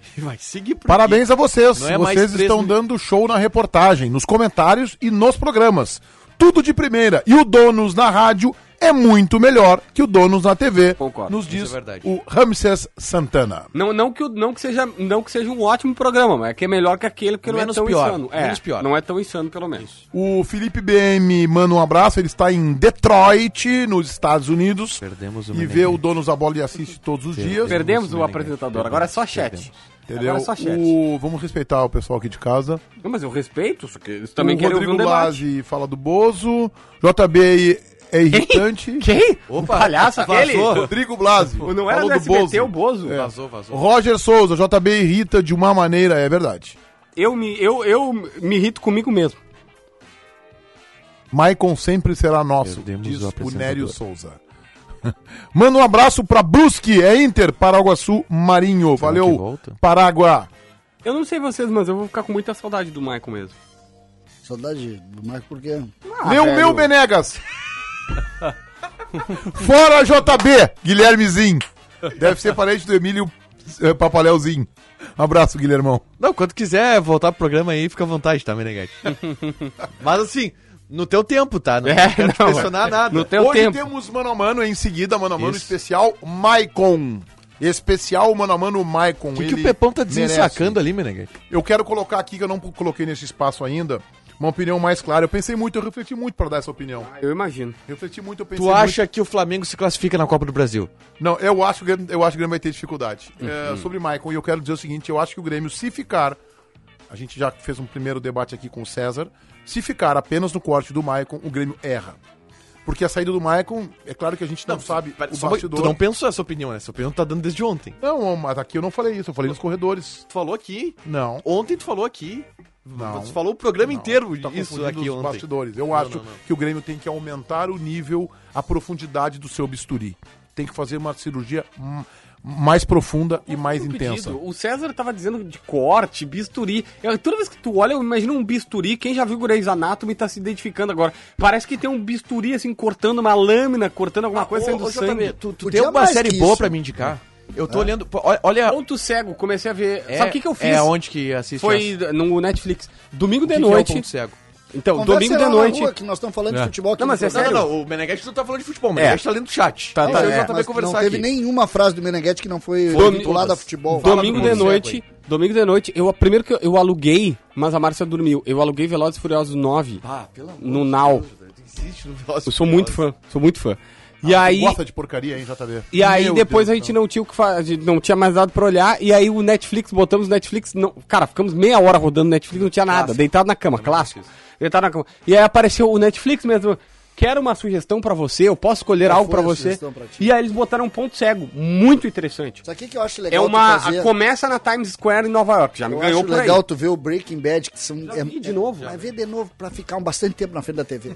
S5: Ele vai seguir porque-
S1: Parabéns a vocês,
S5: Não é mais
S1: vocês
S5: três
S1: estão
S5: mil-
S1: dando show na reportagem, nos comentários e nos programas. Tudo de primeira. E o Donos na rádio é muito melhor que o Donos na TV,
S2: Concordo,
S1: nos
S5: isso é
S1: diz
S5: verdade.
S1: o Ramses Santana.
S2: Não, não, que, o- não, que seja, não que seja um ótimo programa, mas é que é melhor que aquele porque
S5: Menos
S2: não é tão
S5: pior,
S2: insano. É,
S5: menos pior.
S2: Não é tão insano, pelo menos.
S1: O Felipe BM manda um abraço, ele está em Detroit, nos Estados Unidos.
S5: Perdemos o
S1: E
S5: Meneghete.
S1: vê o Donos da Bola e assiste todos os dias.
S2: Perdemos o
S5: Meneghete,
S2: apresentador, agora é só chat.
S1: Entendeu?
S2: Agora é só chat.
S1: O- Vamos respeitar o pessoal aqui de casa.
S2: Não, mas eu respeito, só que eles também
S1: o
S2: querem
S1: Rodrigo
S2: ouvir um debate.
S1: Blasi fala do Bozo. JB é irritante.
S2: Quem?
S5: Opa,
S2: o palhaço aquele?
S5: vazou.
S1: Rodrigo Blasi.
S2: Não era do SBT, o Bozo?
S5: Vazou, vazou.
S1: Roger Souza, JB irrita de uma maneira, é verdade.
S2: Eu me, eu, eu me irrito comigo mesmo.
S1: Maicon sempre será nosso,
S5: Perdemos
S1: diz
S5: o
S1: o
S5: apresentador.
S1: Nério Souza. Manda um abraço pra Brusque, é Inter, Paraguaçu, Marinho.
S5: que
S1: Valeu,
S5: volta?
S1: Paraguá.
S2: Eu não sei vocês, mas eu vou ficar com muita saudade do Michael mesmo.
S4: Saudade do Marco, porque...
S1: Leu o
S2: Ah, velho.
S1: meu Benegas. Fora JB, Guilhermezinho. Deve ser parente do Emílio eh, Papaléuzinho. Abraço, Guilhermão.
S5: Não, quando quiser voltar pro programa aí, fica à vontade, tá, Meneghete? Mas assim, no teu tempo, tá? Não
S2: É,
S5: quero te
S2: não.
S5: pressionar nada.
S2: No teu
S1: Hoje
S2: tempo.
S1: temos Mano a Mano, em seguida, Mano a Mano
S5: Isso.
S1: especial, Maicon. Especial mano a mano Maicon.
S5: O que, que o Pepão tá
S1: desensacando
S5: desinsacando ali, Meneghete?
S1: Eu quero colocar aqui, que eu não coloquei nesse espaço ainda, uma opinião mais clara. Eu pensei muito, eu refleti muito pra dar essa opinião.
S2: Ah, Eu imagino.
S1: Refleti muito, eu pensei
S5: Tu acha que o Flamengo se classifica na Copa do Brasil?
S1: muito. Não, eu acho, que o Grêmio- eu acho que o Grêmio vai ter dificuldade.
S5: Uhum.
S1: É, sobre Maicon, e eu quero dizer o seguinte, eu acho que o Grêmio, se ficar... A gente já fez um primeiro debate aqui com o César. Se ficar apenas no corte do Maicon, o Grêmio erra. Porque a saída do Maicon, é claro que a gente não, sabe o
S5: Só- um
S1: bastidor.
S5: Tu não pensou essa opinião, né? Essa opinião tu tá dando desde ontem.
S1: Não, mas aqui eu não falei isso, eu falei nos corredores.
S5: Tu falou aqui.
S1: Não.
S5: Ontem tu falou aqui.
S1: Não.
S5: Tu falou o programa inteiro
S1: Tá
S5: isso
S1: confundindo
S5: aqui
S1: os
S5: ontem.
S1: bastidores. Eu acho que o Grêmio tem que aumentar o nível, a profundidade do seu bisturi. Tem que fazer uma cirurgia hum, mais profunda e mais
S5: um
S1: intensa.
S2: é um O César tava dizendo de corte, bisturi. Eu- toda vez que tu olha, eu imagino um bisturi. Quem já viu Grey's Anatomy tá se identificando agora. Parece que tem um bisturi, assim, cortando uma lâmina, cortando alguma coisa saindo
S5: ô, JB,
S2: sangue.
S5: Tu, tu
S4: Podia
S5: tem é uma
S4: mais
S5: série
S4: que
S5: boa
S4: isso.
S5: pra me indicar? Eu tô olhando. pô, Olha. olha
S2: é Ponto cego, comecei a ver.
S5: é-
S2: Sabe o que, que eu fiz?
S5: É onde que assiste
S2: Foi
S5: essa?
S2: no Netflix. Domingo
S5: O que
S2: de
S5: que é o
S2: noite.
S5: ponto cego?
S2: então,
S4: Conversa
S2: domingo
S4: lá
S2: de
S4: na
S2: noite.
S4: rua, que nós estamos falando de futebol aqui.
S2: Não, mas
S4: no
S2: é
S4: programa.
S2: sério.
S5: Não, não, o Meneghete não tá falando de futebol, o Meneghete tá lendo o chat.
S2: Tá,
S5: Não,
S2: tá,
S5: eu
S2: é.
S5: já
S4: Mas
S5: também conversar
S4: não teve
S5: aqui.
S4: nenhuma frase do Meneghetti que não foi
S2: Domi-
S4: vinculada a futebol.
S2: um Domingo
S5: Fala
S2: de
S5: com o
S2: noite. Domingo de noite. Eu, primeiro que eu, eu aluguei, mas a Márcia dormiu. Eu aluguei Velozes e Furiosos 9
S5: Ah, pelo amor
S2: no
S5: de
S2: Now.
S5: Deus, existe no Velozes
S2: Eu sou muito
S5: Furiosos.
S2: fã, sou muito fã. E
S1: Ah, tu
S2: aí,
S1: Gosta de porcaria, hein, JB?
S2: e aí
S1: Meu
S2: depois
S1: Deus
S2: a
S1: do
S2: gente
S1: céu.
S2: não tinha o que fazer, não tinha mais nada pra olhar. E aí o Netflix, botamos o Netflix, não, cara, ficamos meia hora rodando o Netflix, não tinha nada, deitado na cama, clássico. Deitado na cama. E aí apareceu o Netflix mesmo. Quero uma sugestão pra você, eu posso escolher
S4: Qual
S2: algo pra
S4: foi a
S2: você.
S4: sugestão pra ti?
S2: e aí eles botaram um ponto cego, muito interessante.
S4: Isso aqui que eu acho
S2: É
S4: legal tu
S2: uma
S4: fazer.
S2: a- começa na Times Square em Nova York, já me
S4: Eu
S2: ganhou
S4: acho
S2: por aí.
S4: legal tu ver o Breaking Bad, que são... é-
S2: vi de
S4: é-
S2: novo.
S4: Vai ver de novo pra ficar um bastante tempo na frente da TV.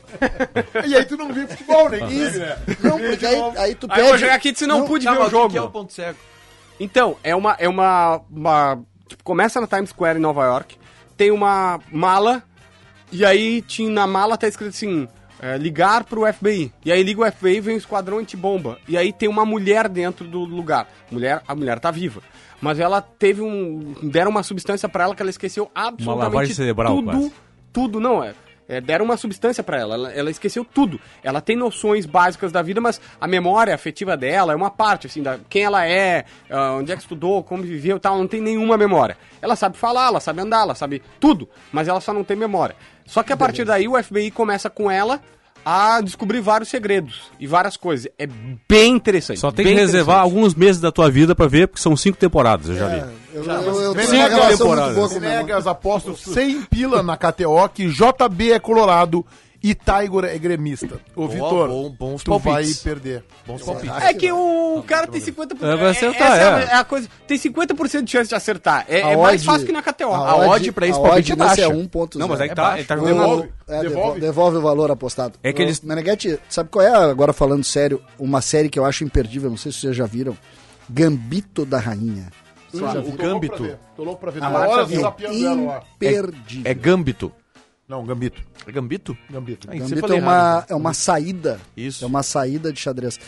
S1: E aí tu não vê futebol, né? Isso.
S4: Não, porque aí, aí tu
S2: Aí
S4: pede...
S2: eu vou jogar aqui se não, pude
S5: Tá,
S2: ver
S5: mas
S2: o jogo.
S5: que é o ponto cego?
S2: Então, é uma. É uma, uma- tipo, começa na Times Square em Nova York, tem uma mala, e aí tinha, na mala tá escrito assim: é, ligar pro FBI. E aí liga o FBI vem o esquadrão antibomba. E aí tem uma mulher dentro do lugar. Mulher, a mulher tá viva. Mas ela teve um. deram uma substância pra ela que ela esqueceu absolutamente
S6: lavagem cerebral,
S2: tudo.
S6: quase.
S2: Tudo, não, é. é, deram uma substância pra ela. ela. Ela esqueceu tudo. Ela tem noções básicas da vida, mas a memória afetiva dela é uma parte, assim, da quem ela é, ah, onde é que estudou, como viveu e tal. Não tem nenhuma memória. Ela sabe falar, ela sabe andar, ela sabe tudo, mas ela só não tem memória. Só que a partir daí o FBI começa com ela a descobrir vários segredos e várias coisas. É bem interessante.
S6: Só tem
S2: bem
S6: que reservar
S2: interessante.
S6: alguns meses da tua vida pra ver, porque são cinco temporadas, eu já
S4: É,
S6: li.
S4: eu, eu, eu tenho
S1: Sim,
S4: uma relação
S6: temporada.
S4: muito boa com o meu irmão.
S1: Negas, aposto 100 pila na KTO que JB é colorado e Tiger é gremista. Ô, Vitor,
S5: bom- bons
S1: tu vai
S5: palpites.
S1: perder.
S5: Bons palpites.
S2: É que o cara tem 50%.
S6: É, vai acertar,
S2: essa a-
S6: é.
S2: é a coisa. Tem 50% de chance de acertar. É,
S4: A
S2: é mais
S4: odd-
S2: fácil que na KTO.
S4: a odd pra esse palpite é baixa.
S5: baixa.
S4: Não,
S6: Não, mas aí
S5: é
S6: tá,
S5: baixo.
S6: ele tá jogando na-
S4: Devolve, é,
S1: Devolve.
S4: devolve. devolve o valor apostado.
S6: É que
S4: Ô,
S6: eles-
S4: Meneghetti, sabe qual é, agora falando sério, uma série que eu acho imperdível, não sei se vocês já viram, Gambito da Rainha. É
S5: O Gambito.
S1: Tô louco pra ver.
S2: Marta
S1: Tô horas
S2: viu.
S1: zapeando ela lá.
S4: Imperdível.
S5: É Gambito.
S1: Não, Gambito.
S5: É Gambito?
S1: Gambito.
S5: Ai,
S4: Gambito é
S5: né?
S4: uma, é uma saída.
S5: Isso.
S4: É uma saída de xadrez.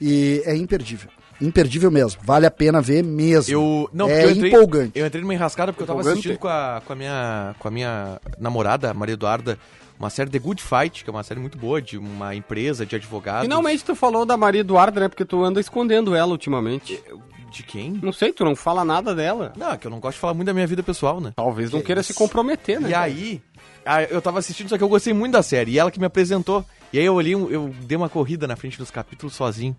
S4: E é imperdível. Imperdível mesmo. Vale a pena ver mesmo.
S5: Eu, não,
S4: é
S5: porque eu entrei,
S4: empolgante. é.
S5: Eu entrei numa enrascada porque eu tava assistindo com a, com, a minha, com a minha namorada, Maria Eduarda, uma série The Good Fight, que é uma série muito boa, de uma empresa de advogados.
S2: Finalmente tu falou da Maria Eduarda, né? Porque tu anda escondendo ela ultimamente.
S5: De quem?
S2: Não sei, tu não fala nada dela.
S5: Não, é que eu não gosto de falar muito da minha vida pessoal, né?
S2: Talvez não queira se comprometer, né?
S5: E aí, a- eu tava assistindo, só que eu gostei muito da série. E ela que me apresentou. E aí eu olhei, um- eu dei uma corrida na frente dos capítulos sozinho.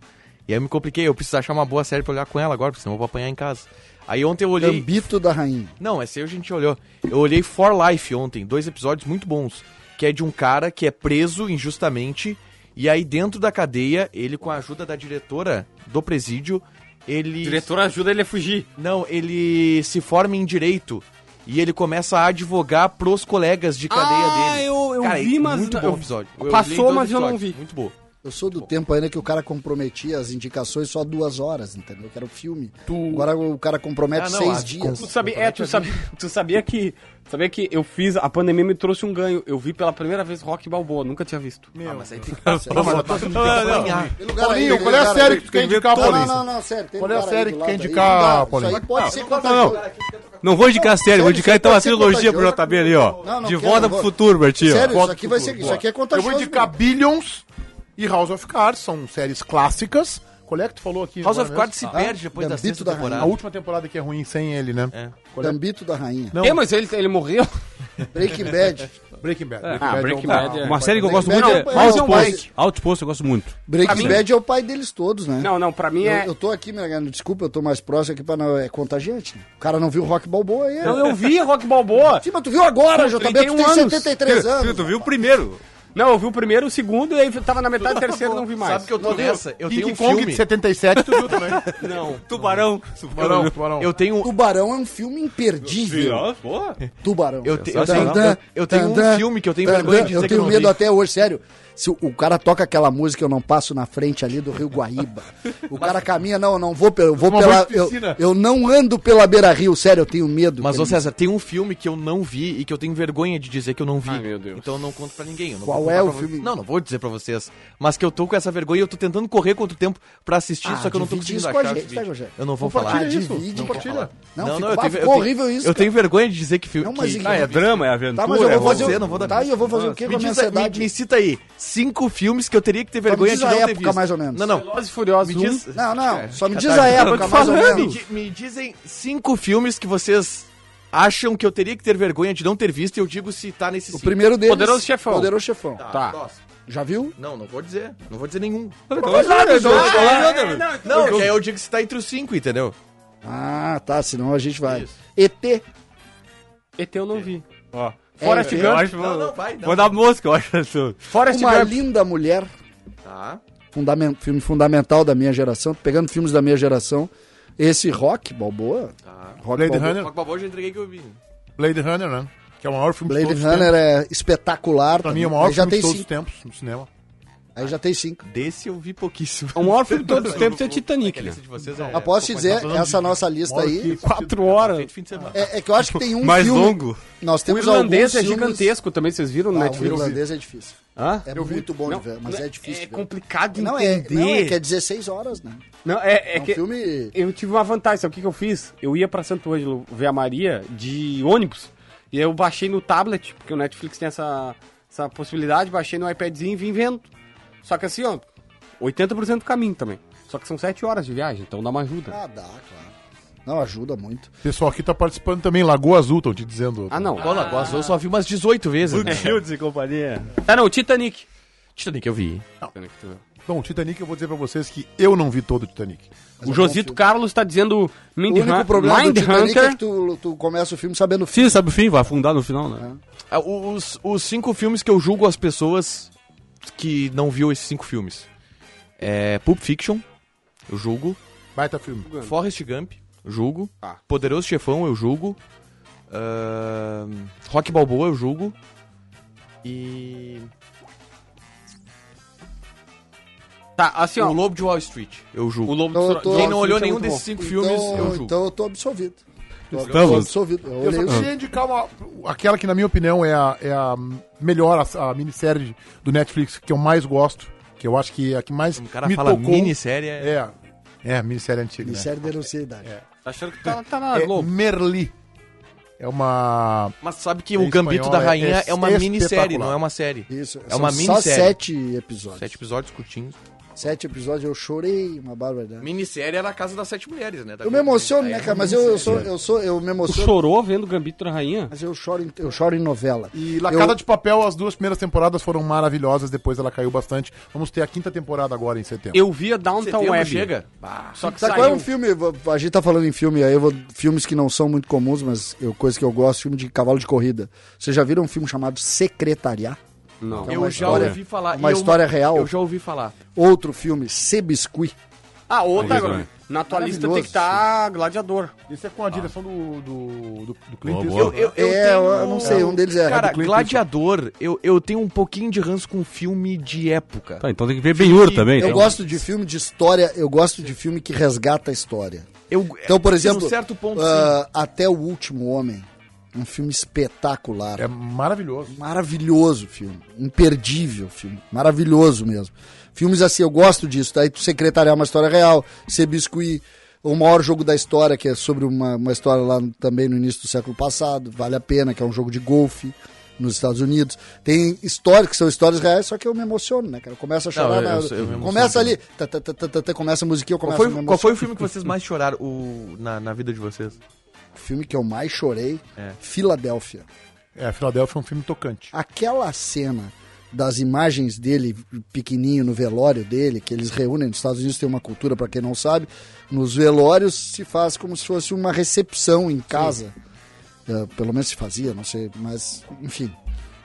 S5: E aí eu me compliquei, eu preciso achar uma boa série pra olhar com ela agora, porque senão eu vou apanhar em casa. Aí ontem eu olhei.
S4: Gambito da Rainha.
S5: Não, essa aí a gente olhou. Eu olhei For Life ontem, dois episódios muito bons. Que é de um cara que é preso injustamente. E aí dentro da cadeia, ele com a ajuda da diretora do presídio, ele.
S2: O diretor ajuda ele a fugir.
S5: Não, ele se forma em direito. E ele começa a advogar pros colegas de cadeia
S2: Ah,
S5: dele.
S2: eu- eu
S5: Cara,
S2: vi,
S5: é
S2: mas
S5: Muito
S2: não-
S5: bom
S2: eu-
S5: episódio.
S2: passou,
S5: olhei dois
S2: mas eu não vi.
S5: Muito bom.
S4: Eu sou do tempo ainda que o cara comprometia as indicações só duas horas, entendeu? Que era o filme. Agora o cara compromete
S5: Ah, não,
S4: seis
S5: a-
S4: dias.
S2: Tu sabia, é, tu sabia, tu sabia que. Sabia que eu fiz. A pandemia me trouxe um ganho. Eu vi pela primeira vez Rock Balboa, nunca tinha visto. Ah,
S1: Paulinho, qual é a série que tu quer indicar,
S4: Não, não,
S1: Paulinho?
S4: não, não, sério. Tem
S1: Qual é a
S4: cara aí
S1: série
S4: do
S1: que quer
S4: lado aí,
S1: indicar,
S4: não dá, isso
S1: Paulinho?
S4: aí pode ser
S6: Não,
S4: contagioso.
S6: não. Não vou indicar a série, vou
S4: sério,
S6: indicar
S4: isso
S6: então
S4: pode
S6: a
S4: ser
S6: trilogia pro
S4: contagioso.
S6: JB ali, ó.
S4: Não, não
S6: de
S4: quero,
S6: volta
S4: não
S6: pro
S4: vou.
S6: futuro, Bertinho. ó.
S4: Sério,
S1: Volta
S4: isso aqui,
S1: pro
S4: vai
S1: futuro,
S4: ser, isso
S1: boa.
S4: aqui é
S1: Eu
S4: contagioso.
S1: vou indicar Billions e House of Cards, são séries clássicas, Qual é que tu falou aqui?
S5: House
S1: agora
S5: of
S1: mesmo?
S5: Cards se perde depois da
S4: Gambito
S5: sexta
S4: da
S5: temporada.
S1: A última temporada que é ruim sem ele, né?
S5: É.
S1: Qual é?
S4: Gambito da Rainha.
S1: Não,
S2: É, mas ele, ele morreu.
S4: Breaking Bad.
S1: Breaking Bad. um
S2: Ah, Breaking Bad é-
S6: Uma série que eu gosto
S4: Breaking
S6: muito é
S4: Bad é um- é um
S6: Outpost.
S4: Mike.
S6: Outpost eu gosto muito.
S4: Breaking Bad é o pai deles todos, né?
S2: Não, não, pra mim
S4: Eu,
S2: é.
S4: eu tô aqui, Mergano, desculpa, eu tô mais próximo aqui pra não. É contagiante. né? O cara não viu o Rock Balboa aí. é-
S2: Não, eu vi Rock Balboa.
S4: Sim, mas tu viu agora, JB, tu tem
S2: 31 anos.
S4: 73 anos.
S6: viu o primeiro?
S2: Não, eu vi o primeiro, o segundo, e aí tava na metade do terceiro e não vi mais.
S5: Sabe que eu tô nessa? Eu tenho um
S1: Kong
S5: filme.
S1: de 77, tu viu também?
S5: Não.
S6: Tubarão.
S5: Tubarão, Eu tenho
S4: Tubarão é um filme imperdível. Tubarão.
S5: Eu te-
S4: Tan,
S5: assim,
S4: tan,
S5: eu- eu tenho um filme que eu tenho vergonha de dizer
S4: Eu
S5: que
S4: tenho
S5: eu não
S4: medo
S5: vi.
S4: até hoje, sério. Se o, o cara toca aquela música, eu não passo na frente ali do Rio Guaíba. O cara caminha, não, eu não vou, pe- eu vou
S1: Uma
S4: pela.
S1: boa
S4: Eu,
S1: piscina.
S4: eu não ando pela beira rio, sério, eu tenho medo.
S5: Mas,
S4: que
S5: ô
S4: ele-
S5: César, tem um filme que eu não vi e que eu tenho vergonha de dizer que eu não vi.
S2: Ai, meu Deus.
S5: Então eu não conto pra ninguém. eu não
S4: Qual
S5: vou
S4: é
S5: contar
S4: o
S5: pra
S4: filme?
S5: vo- Não, não vou dizer pra vocês. Mas que eu tô com essa vergonha e eu tô tentando correr contra o tempo pra assistir,
S4: Ah,
S5: só que eu não tô
S4: divide
S5: conseguindo
S4: isso com a
S5: achar.
S4: gente,
S5: esse vídeo.
S4: tá, Rogério?
S5: eu não vou
S4: Ah,
S5: falar.
S4: divide,
S1: não
S4: compartilha. Não,
S5: Não,
S4: fica-
S5: não, eu
S4: bah,
S5: tenho-
S4: ficou
S5: eu tenho-
S4: horrível isso.
S5: Eu
S4: cara.
S5: tenho vergonha de dizer que filme.
S4: Não, mas
S5: que...
S4: então-
S6: Ah, é drama, é aventura.
S4: Tá, mas eu
S6: é
S4: vou
S6: bom.
S4: fazer.
S5: você, não vou dar
S4: tá, e eu vou fazer o quê com
S5: me,
S4: a minha
S5: diz, aí- me,
S4: é ansiedade?
S5: me cita aí cinco filmes que eu teria que ter vergonha
S4: diz
S5: de
S4: a
S5: não ter
S4: época,
S5: visto.
S4: mais ou menos.
S5: Não, não.
S2: Velozes e Furiosos
S5: Me
S2: 1.
S5: diz.
S4: Não, não, só me
S5: Tá,
S4: diz
S5: tá,
S4: a
S5: eu tô
S4: época,
S5: te
S4: mais ou
S5: falando.
S4: menos.
S5: Me, di- me dizem cinco filmes que vocês acham que eu teria que ter vergonha de não ter visto e eu digo se tá nesse
S4: O primeiro deles.
S2: Poderoso Chefão.
S4: Poderoso Chefão.
S5: Tá.
S4: Já viu?
S5: Não, não vou dizer. Não vou dizer nenhum.
S2: Não,
S5: É, Não, que aí eu digo que você tá entre os cinco, entendeu?
S4: Ah, tá, senão a gente vai.
S5: Isso.
S4: ET.
S2: ET eu não vi.
S6: Ó.
S2: Forrest
S4: É, eu-
S6: Eu
S2: Gump.
S6: acho, vou,
S5: Não, não, vai, não.
S6: vou dar mosca, eu acho.
S2: Forrest
S4: Uma
S2: Gump.
S4: linda mulher.
S5: Tá.
S4: fundamen- filme fundamental da minha geração, tô pegando filmes da minha geração. Esse Rock Balboa, Rock
S1: Blade
S4: Balboa.
S1: Runner.
S5: Rock Balboa eu já entreguei que eu vi.
S1: Blade Runner, né? Que é o maior filme
S4: Blade
S1: os tempos.
S4: Runner é espetacular.
S1: Pra
S4: também.
S1: mim é o maior
S4: Aí já
S1: filme
S4: tem
S1: de todos os
S4: cinco.
S1: tempos no cinema.
S4: Aí já tem cinco.
S5: Desse eu vi pouquíssimo.
S2: O maior filme um- de todos os tempos é Titanic, né?
S5: Esse de vocês é...
S4: Mas posso te dizer, essa nossa lista aí.
S2: Quatro horas.
S5: Feito fim de semana.
S4: É, é que eu acho que tem um
S6: Mais
S4: filme.
S6: longo.
S4: Nós
S2: O
S4: temos
S2: irlandês é
S4: alguns filmes-
S2: gigantesco também, vocês viram no
S4: Ah, o
S2: Netflix?
S4: irlandês é difícil.
S2: Hã?
S4: É muito bom de ver, mas é difícil.
S2: É
S4: de ver.
S2: complicado
S4: Não é,
S2: entender.
S4: não, é que é 16 horas, né?
S2: Não, é,
S4: É,
S2: é
S4: um
S2: que
S4: filme.
S2: eu tive uma vantagem, sabe o que, que eu fiz? Eu ia pra Santo Ângelo ver a Maria de ônibus, e eu baixei no tablet, porque o Netflix tem essa, essa possibilidade, baixei no iPadzinho e vim vendo. Só que assim, ó, 80% do caminho também. Só que são 7 horas de viagem, então dá uma ajuda.
S4: Ah, dá, claro. Não ajuda muito.
S1: O pessoal aqui tá participando também. Lagoa Azul, estão te dizendo.
S2: Ah, não.
S4: é
S5: Cola, Cola, eu só vi umas 18 vezes. né?
S6: Shields e companhia.
S2: Ah, não, Titanic.
S5: Titanic eu vi.
S1: Bom, Titanic, eu vou dizer pra vocês que eu não vi todo o Titanic.
S2: o Josito Carlos tá dizendo
S4: O
S2: Mind
S4: único
S2: Hun-
S4: problema do
S2: Mind
S4: Titanic é que
S2: Hunter.
S4: tu, tu começa o filme sabendo o fim.
S6: Sim, sabe o fim, vai afundar no final, né?
S5: Ah, o- Os, os cinco filmes que eu julgo as pessoas que não viu esses cinco filmes. É Pulp Fiction, eu julgo.
S1: Baita filme.
S5: Forrest Gump, eu julgo.
S4: Tá.
S2: Ah.
S5: Poderoso Chefão, eu julgo. Ahn, Rock Balboa, eu julgo. E.
S2: Tá, assim, ó.
S5: O Lobo de Wall Street, eu
S2: O
S5: julgo.
S2: Lobo
S4: Eu
S2: do
S4: tô-
S2: Wall
S5: Quem
S4: Wall
S5: não
S2: Street
S5: olhou
S2: é
S5: nenhum
S2: muito
S5: desses
S2: bom.
S5: cinco filmes, eu julgo.
S4: então eu tô absolvido. Tô
S6: Estamos.
S4: absolvido. Eu
S1: Eu
S4: olhei
S1: só
S4: o filme.
S1: queria indicar uma, aquela que, na minha opinião, é a, é a melhor, a, a minissérie de- do Netflix que eu mais gosto. Que eu acho que é a que mais
S5: O Um cara fala minissérie. é-
S1: É, é, minissérie antiga, né?
S4: Ministério da Luciosidade.
S2: Tá achando que tá, tá na
S1: É
S2: Globo.
S1: Merli. É uma...
S5: Mas sabe que
S1: Em
S5: o Gambito
S1: espanhol
S5: da
S1: é
S5: Rainha é, uma
S1: espetacular.
S5: minissérie, não é uma série.
S4: Isso.
S5: É
S4: são
S5: uma
S4: só
S5: minissérie.
S4: sete episódios.
S5: Sete
S4: Sete,
S5: episódios curtinhos.
S4: episódios, eu chorei, uma barbaridade.
S5: Minissérie era a Casa das Sete Mulheres, né? Da
S4: Eu me
S5: Globo,
S4: emociono,
S5: Aí
S4: né,
S5: é
S4: cara?
S5: uma
S4: Mas eu, eu
S5: minissérie.
S4: sou, eu sou, eu me
S2: Tu
S4: emociono.
S2: chorou vendo Gambito da Rainha?
S4: Mas eu choro, em, eu choro em novela.
S1: E La
S4: Eu-
S1: Casa de Papel, as duas primeiras temporadas foram maravilhosas, depois ela caiu bastante. Vamos ter a quinta temporada agora em setembro.
S2: Eu vi a Downtown
S5: Setembro
S2: Web.
S5: chega. Bah.
S2: Só que
S4: Sabe
S2: saiu.
S4: qual é um filme? Vou- A gente tá falando em filme, aí eu vou. Filmes que não são muito comuns, mas eu, coisa que eu gosto, filme de cavalo de corrida. Vocês já viram um filme chamado Secretariar?
S2: Não.
S4: é
S5: eu
S4: uma
S5: já
S4: história-
S5: ouvi falar.
S4: uma
S5: e eu-
S4: história real.
S5: Eu já ouvi falar.
S4: Outro filme, Sebiscuit.
S2: Ah, outra
S6: Aí
S2: agora.
S6: também.
S2: Na tua lista tem
S4: Maravilhoso.
S2: que estar Gladiador.
S1: Isso é com a direção do, do, do, do Clint
S6: Boa,
S1: Eastwood.
S6: boa.
S1: né?
S5: Ah. Eu, eu
S4: É,
S5: tenho...
S4: eu não sei, um deles é-
S5: Cara,
S4: é do
S1: Clint
S5: Gladiador, eu, eu tenho um pouquinho de ranço com filme de época.
S6: Tá, então tem que ver Ben-Hur também.
S4: Eu
S6: então.
S4: gosto de filme de história, eu gosto de filme que resgata a história.
S5: Eu,
S4: Então, por
S5: num
S4: exemplo,
S5: certo ponto,
S4: ah, Até o Último Homem, um filme espetacular.
S1: É maravilhoso.
S4: Maravilhoso filme. Imperdível filme. Maravilhoso mesmo. Filmes assim, eu gosto disso. Daí tu secretariar uma história real, ser biscuit, o maior jogo da história, que é sobre uma, uma história lá no- também no início do século passado. Vale a pena, que é um jogo de golfe. nos Estados Unidos. Tem histórias que são histórias reais, só que eu me emociono, né, cara? Começa a chorar.
S5: eu-
S4: na-
S5: eu- eu me emociono
S4: começa ali, tá, tá, tá, tá, tá, tá, começa a musiquinha, eu
S5: Qual
S4: começo a me
S5: foi, qual
S4: emocionar.
S1: assim,
S5: foi o filme que vocês mais choraram o- na, na vida de vocês?
S4: O filme que eu mais chorei,
S5: É.
S4: Filadélfia.
S1: É, Filadélfia é um filme tocante.
S4: Aquela cena das imagens dele pequenininho no velório dele, que eles reúnem nos Estados Unidos, tem uma cultura pra quem não sabe, nos velórios se faz como se fosse uma recepção em casa. É, pelo menos se fazia, não sei, mas enfim.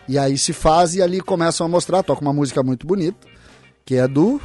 S4: E aí se faz e ali começam a mostrar, toca uma música muito bonita, que é do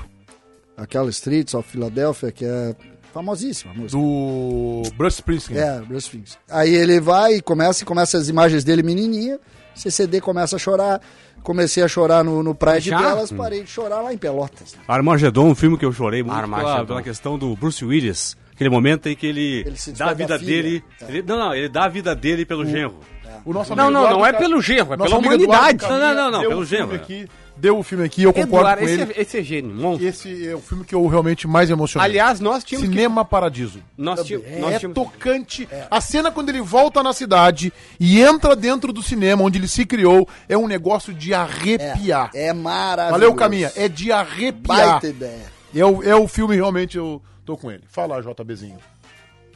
S4: aquela Streets of Philadelphia, que é famosíssima a música.
S1: Do Bruce Springsteen.
S4: É, Bruce Springsteen. Aí ele vai e começa, e começa as imagens dele menininha, CCD começa a chorar, comecei a chorar no, no Praia de
S6: Já?
S4: Belas, parei de chorar lá em Pelotas.
S6: Armagedon, um filme que eu chorei muito
S2: Armagedon.
S6: pela, pela questão do Bruce Willis. Aquele momento em que ele,
S4: Ele se
S6: dá a
S4: despede da
S6: vida
S4: filha.
S6: dele.
S4: É.
S6: ele- não, não, ele dá a vida dele pelo genro.
S5: Ah.
S1: O nosso
S2: Não,
S1: amigo
S2: não,
S1: Eduardo
S2: não é
S1: Ca-
S2: pelo genro, é
S1: nosso
S2: pela
S1: amigo
S2: humanidade.
S1: Eduardo
S6: Não, não, não,
S1: Caminha
S6: não,
S1: deu
S6: pelo
S1: o
S6: gênero,
S1: filme
S6: é.
S1: aqui, Deu o filme aqui, eu concordo
S2: Eduardo,
S1: com
S2: esse,
S1: ele.
S2: é, esse é gênio, monstro.
S1: Esse é o filme que eu realmente mais emocionei.
S2: Aliás, nós tínhamos que-
S1: Cinema Paradiso.
S2: Nós tínhamos, nós
S1: é
S2: tínhamos-
S1: tocante. A cena quando ele volta na cidade e entra dentro do cinema onde ele se criou é um negócio de arrepiar.
S4: É maravilhoso.
S1: Valeu, Caminha. É de arrepiar.
S4: Baita ideia.
S1: É o, é o filme, realmente, eu tô com ele. Fala, JBzinho.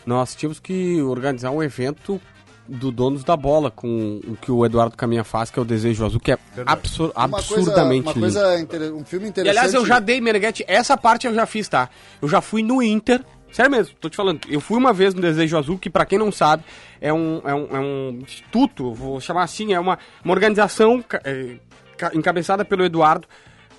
S2: nós tínhamos que organizar um evento do Donos da Bola com o que o Eduardo Caminha faz, que é o Desejo Azul, que é absur-
S4: Uma coisa-
S2: absurdamente
S4: uma
S2: lindo.
S4: coisa, inter- um filme
S2: E
S4: interessante.
S2: aliás, eu já dei Meneghetti, essa parte eu já fiz, tá? Eu já fui no Inter. Sério mesmo, tô te falando. Eu fui uma vez no Desejo Azul, que pra quem não sabe, é um, é um, é um instituto, vou chamar assim, é uma, uma organização ca- é, ca- encabeçada pelo Eduardo